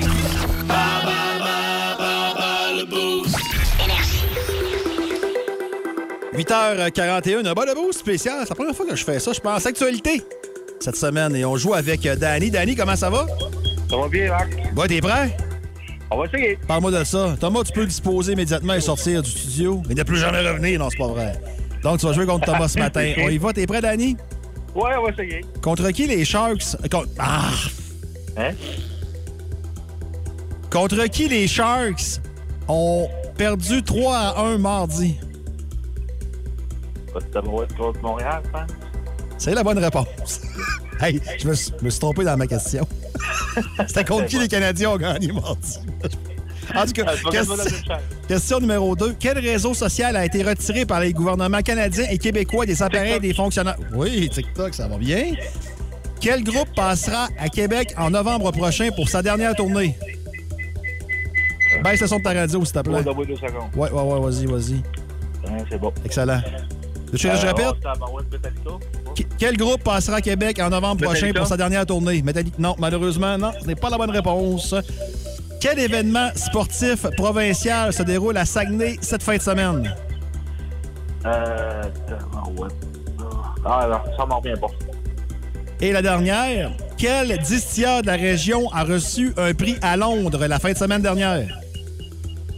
S3: 8h41, un bas de boost spécial. C'est la première fois que je fais ça. Je pense actualité cette semaine et on joue avec euh, Danny. Danny, comment ça va?
S10: Ça va bien, Marc?
S3: Bon, t'es prêt?
S10: On va essayer.
S3: Parle-moi de ça. Thomas, tu peux le disposer immédiatement et sortir du studio. Il ne plus jamais revenir. Non, c'est pas vrai. Donc, tu vas jouer contre Thomas ce matin. On y va. T'es prêt, Danny?
S10: Ouais, on va essayer.
S3: Contre qui les Sharks... euh, Contre... Ah!
S10: Hein?
S3: Contre qui les Sharks ont perdu 3 à 1 mardi?
S10: Pas de tabarouette contre Montréal, hein? ça?
S3: C'est la bonne réponse. hey, je me suis, me suis trompé dans ma question. C'était contre qui les Canadiens ont gagné mardi? En tout cas,
S10: Ah, je vais
S3: question,
S10: donner la même chance.
S3: question numéro 2. Quel réseau social a été retiré par les gouvernements canadiens et québécois des appareils des fonctionnaires? Oui, TikTok, ça va bien. Quel groupe passera à Québec en novembre prochain pour sa dernière tournée? Baisse le son de ta radio, s'il te
S10: On va
S3: plaît.
S10: donner deux secondes.
S3: Ouais, ouais, ouais, vas-y, vas-y.
S10: Hein, c'est bon.
S3: Excellent. Veux-tu que je
S10: Euh,
S3: répète?
S10: oh, tabarouette, Metallica. Oh.
S3: Qu- Quel groupe passera à Québec en novembre prochain
S10: Metallica?
S3: pour sa dernière tournée? Metallica. Non, malheureusement, non, ce n'est pas la bonne réponse. Quel événement sportif provincial se déroule à Saguenay cette fin de semaine?
S10: Euh, tabarouette. Ah, non, ça m'en revient pas.
S3: Et la dernière, quel distilleur de la région a reçu un prix à Londres la fin de semaine dernière?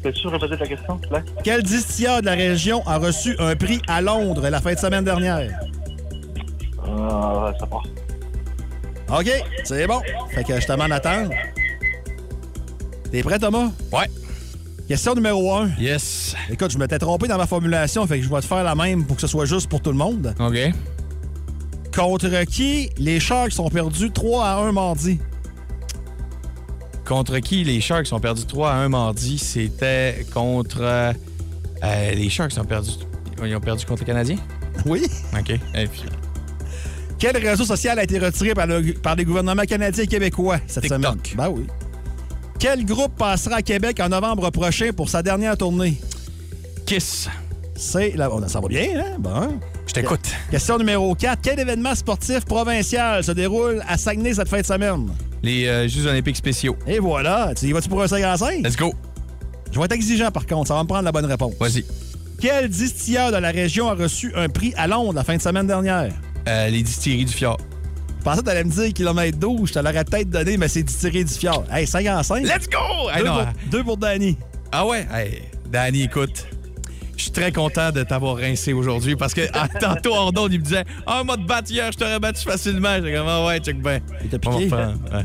S10: Peux-tu répéter ta question, s'il te plaît?
S3: Quel distilleur de la région a reçu un prix à Londres la fin de semaine dernière?
S10: Euh, ça part.
S3: OK, c'est bon. Fait que je te demande d'attendre. T'es prêt, Thomas?
S4: Ouais.
S3: Question numéro 1.
S4: Yes.
S3: Écoute, je m'étais trompé dans ma formulation, fait que je vais te faire la même pour que ce soit juste pour tout le monde.
S4: OK.
S3: Contre qui les Sharks ont perdu 3 à 1 mardi?
S4: Contre qui les Sharks ont perdu 3 à 1 mardi? C'était contre. euh, euh, les Sharks ont perdu. Ils ont perdu contre les Canadiens?
S3: Oui.
S4: OK. Et puis, euh,
S3: Quel réseau social a été retiré par, le- par les gouvernements canadiens et québécois cette
S4: TikTok.
S3: semaine? Ben oui. Quel groupe passera à Québec en novembre prochain pour sa dernière tournée?
S4: Kiss.
S3: C'est la... oh, Ça va bien, hein? Bon.
S4: Je t'écoute.
S3: Question numéro 4. Quel événement sportif provincial se déroule à Saguenay cette fin de semaine?
S4: Les euh, Jeux Olympiques spéciaux.
S3: Et voilà. Tu y vas-tu pour un 55?
S4: Let's go.
S3: Je vais être exigeant, par contre. Ça va me prendre la bonne réponse.
S4: Vas-y.
S3: Quel distilleur de la région a reçu un prix à Londres la fin de semaine dernière?
S4: Euh, les distilleries du Fjord.
S3: Je pensais que t'allais me dire kilomètre 12, je te l'aurais peut-être donné, mais c'est distillerie du fjord. Hey, 5 en 5.
S4: Let's go! Hey,
S3: deux,
S4: non, hein.
S3: pour, deux pour Danny.
S4: Ah ouais? Hey, Danny, écoute. Je suis très content de t'avoir rincé aujourd'hui parce que ah, tantôt, Ordon, il me disait Ah, moi, te battre hier, je t'aurais battu facilement. J'ai comme Ah ouais, check ben.
S3: Il t'a
S4: On va
S3: piqué.
S4: faire- ouais.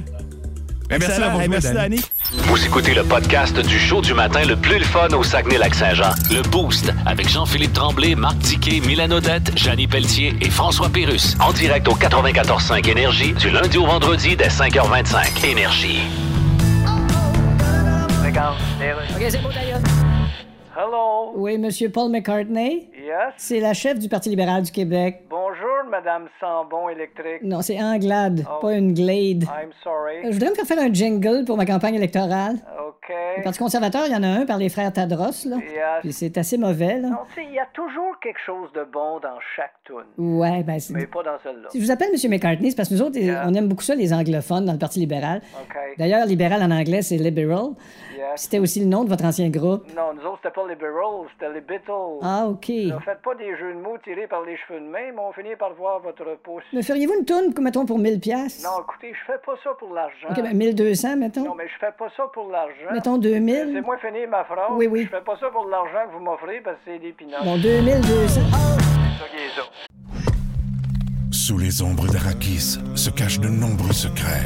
S4: Ben, merci d'avoir
S3: Excellent. Hey,
S4: joué,
S3: merci,
S4: Danny.
S3: Danny.
S2: Vous écoutez le podcast du show du matin le plus le fun au Saguenay-Lac-Saint-Jean. Le Boost avec Jean-Philippe Tremblay, Marc Tiquet, Milan Odette, Janine Pelletier et François Pérus. En direct au 94.5 Énergie du lundi au vendredi dès 5h25. Énergie.
S8: OK, c'est beau, d'ailleurs. Hello. Oui, Monsieur Paul McCartney.
S14: Yes.
S8: C'est la chef du Parti libéral du Québec.
S14: Bonjour, Madame Sambon électrique.
S8: Non, c'est Anglade,
S14: Oh.
S8: pas une Glade. Euh,
S14: I'm sorry.
S8: Je voudrais me faire faire un jingle pour ma campagne électorale.
S14: OK.
S8: Le Parti conservateur, il y Euh, en a un par les frères Tadros, là.
S14: Yes.
S8: Puis c'est assez mauvais, là.
S14: Non, tu sais, il y a toujours quelque chose de bon dans chaque tune.
S8: Ouais, ben c'est...
S14: Mais pas dans celle-là.
S8: Si je vous appelle M. McCartney, c'est parce que nous autres, on aime beaucoup ça, les anglophones, dans le Parti libéral.
S14: OK.
S8: D'ailleurs, libéral en anglais, c'est liberal.
S14: Yes.
S8: C'était aussi le nom de votre ancien groupe.
S14: Non, nous autres, c'était pas les Beatles, c'était les Beatles.
S8: Ah, OK.
S14: Ne faites pas des jeux de mots tirés par les cheveux de main, mais on finit par voir votre pouce.
S8: Me feriez-vous une tourne, mettons, pour 1000 pièces
S14: Non, écoutez, je fais pas ça pour l'argent.
S8: OK, ben 1200, mettons.
S14: Non, mais je fais pas ça pour l'argent.
S8: Mettons 2000.
S14: Euh, C'est moi finir ma phrase.
S8: Oui, oui.
S14: Je fais pas ça pour l'argent que vous m'offrez parce que c'est des pinottes.
S8: Bon, 2200.
S9: Sous les ombres d'Arakis se cachent de nombreux secrets.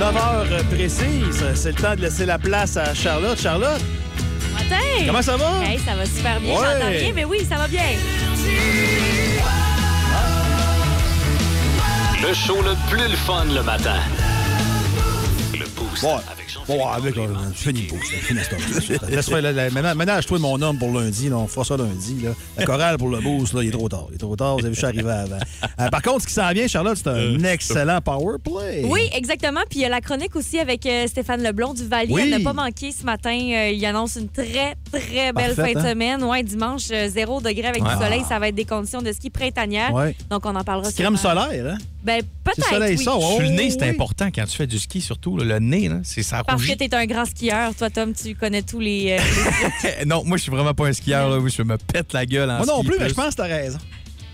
S3: 9h précise, euh, c'est le temps de laisser la place à Charlotte. Charlotte,
S13: Matin!
S3: Comment ça va?
S13: Hey, ça va super bien,
S3: Ouais.
S13: j'entends bien, mais oui, ça va bien.
S2: Le show le plus le fun le matin. Le Boost avec Jean-Philippe
S3: Bon, avec, euh, tu finis le beau, tu finis ce temps-là. Laisse faire, là, là, maintenant- Ménage-toi mon homme pour lundi, là, on fera ça lundi. Là. La chorale pour le boost, là, il est trop tard. Il est trop tard, vous avez juste arrivé avant. Euh, par contre, ce qui s'en vient, Charlotte, c'est
S4: Euh,
S3: un excellent power play.
S13: Oui, exactement. Puis il y a la chronique aussi avec euh, Stéphane Leblond du Valier.
S3: Oui.
S13: Elle n'a pas manqué ce matin. Euh, il annonce une très, très belle
S3: Parfaite,
S13: fin de
S3: hein?
S13: semaine. Ouais, dimanche, euh, zéro degré avec
S3: Ouais.
S13: du soleil.
S3: Ah.
S13: Ça va être des conditions de ski printanières.
S4: Ouais.
S13: Donc, on en parlera
S4: Petit crème
S13: sûrement.
S3: solaire, hein?
S13: Ben, peut-être. oui.
S4: Sur le nez, c'est important quand tu fais du ski, surtout. là, le nez, là, c'est ça
S13: Parce que
S4: rougit.
S13: t'es un grand skieur. Toi, Tom, tu connais tous les. euh,
S4: non, moi, je suis vraiment pas un skieur. Là, où je me pète la gueule en
S3: Moi non
S4: ski
S3: plus, mais je pense que t'as raison.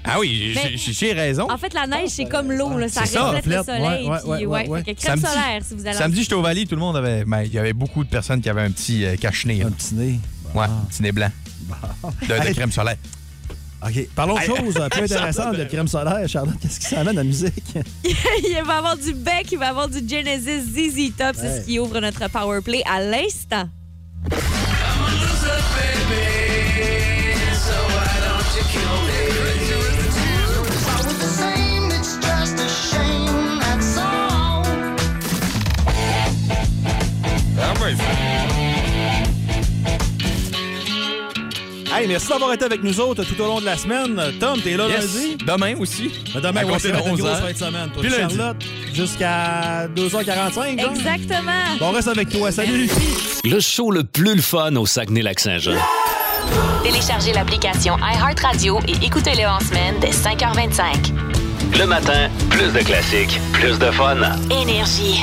S4: Ah oui, j'ai-
S13: Mais-
S4: j'ai j'ai raison.
S13: En fait, la neige, c'est comme l'eau. là. Ça
S4: C'est ça,
S13: reflète le
S4: reflète.
S13: soleil.
S4: Ouais,
S13: puis,
S4: ouais, ouais, ouais.
S13: Fait que crème
S4: Samedi-
S13: solaire, si vous allez en
S4: Samedi, j'étais au Valley, tout le monde avait. ben, Il y avait beaucoup de personnes qui avaient un petit euh, cache-nez. Un
S3: petit nez.
S4: Ouais, un petit nez blanc. De, de
S3: Hey.
S4: crème solaire.
S3: OK. Parlons de
S4: Hey,
S3: choses un peu
S4: Charlotte,
S3: intéressantes de crème solaire. Charlotte, qu'est-ce qui s'amène à la musique?
S13: il va y avoir du Beck, il va y avoir du Genesis ZZ Top. C'est
S3: Ouais.
S13: ce qui ouvre notre power play à l'instant.
S3: Hey, merci d'avoir été avec nous autres tout au long de la semaine. Tom, t'es là
S4: Yes.
S3: lundi?
S4: Demain aussi.
S3: Mais demain,
S4: À
S3: on
S4: compter
S3: se
S4: de
S3: fait une
S4: 11
S3: grosse
S4: heures.
S3: fin de semaine. Toi,
S4: Puis lundi.
S3: Charlotte, jusqu'à 2h45. genre.
S13: Exactement.
S3: Bon, on reste avec toi. Salut.
S2: Le show le plus le fun au Saguenay-Lac-Saint-Jean.
S1: Téléchargez l'application iHeartRadio et écoutez-le en semaine dès 5h25.
S2: Le matin, plus de classiques, plus de fun.
S1: Énergie.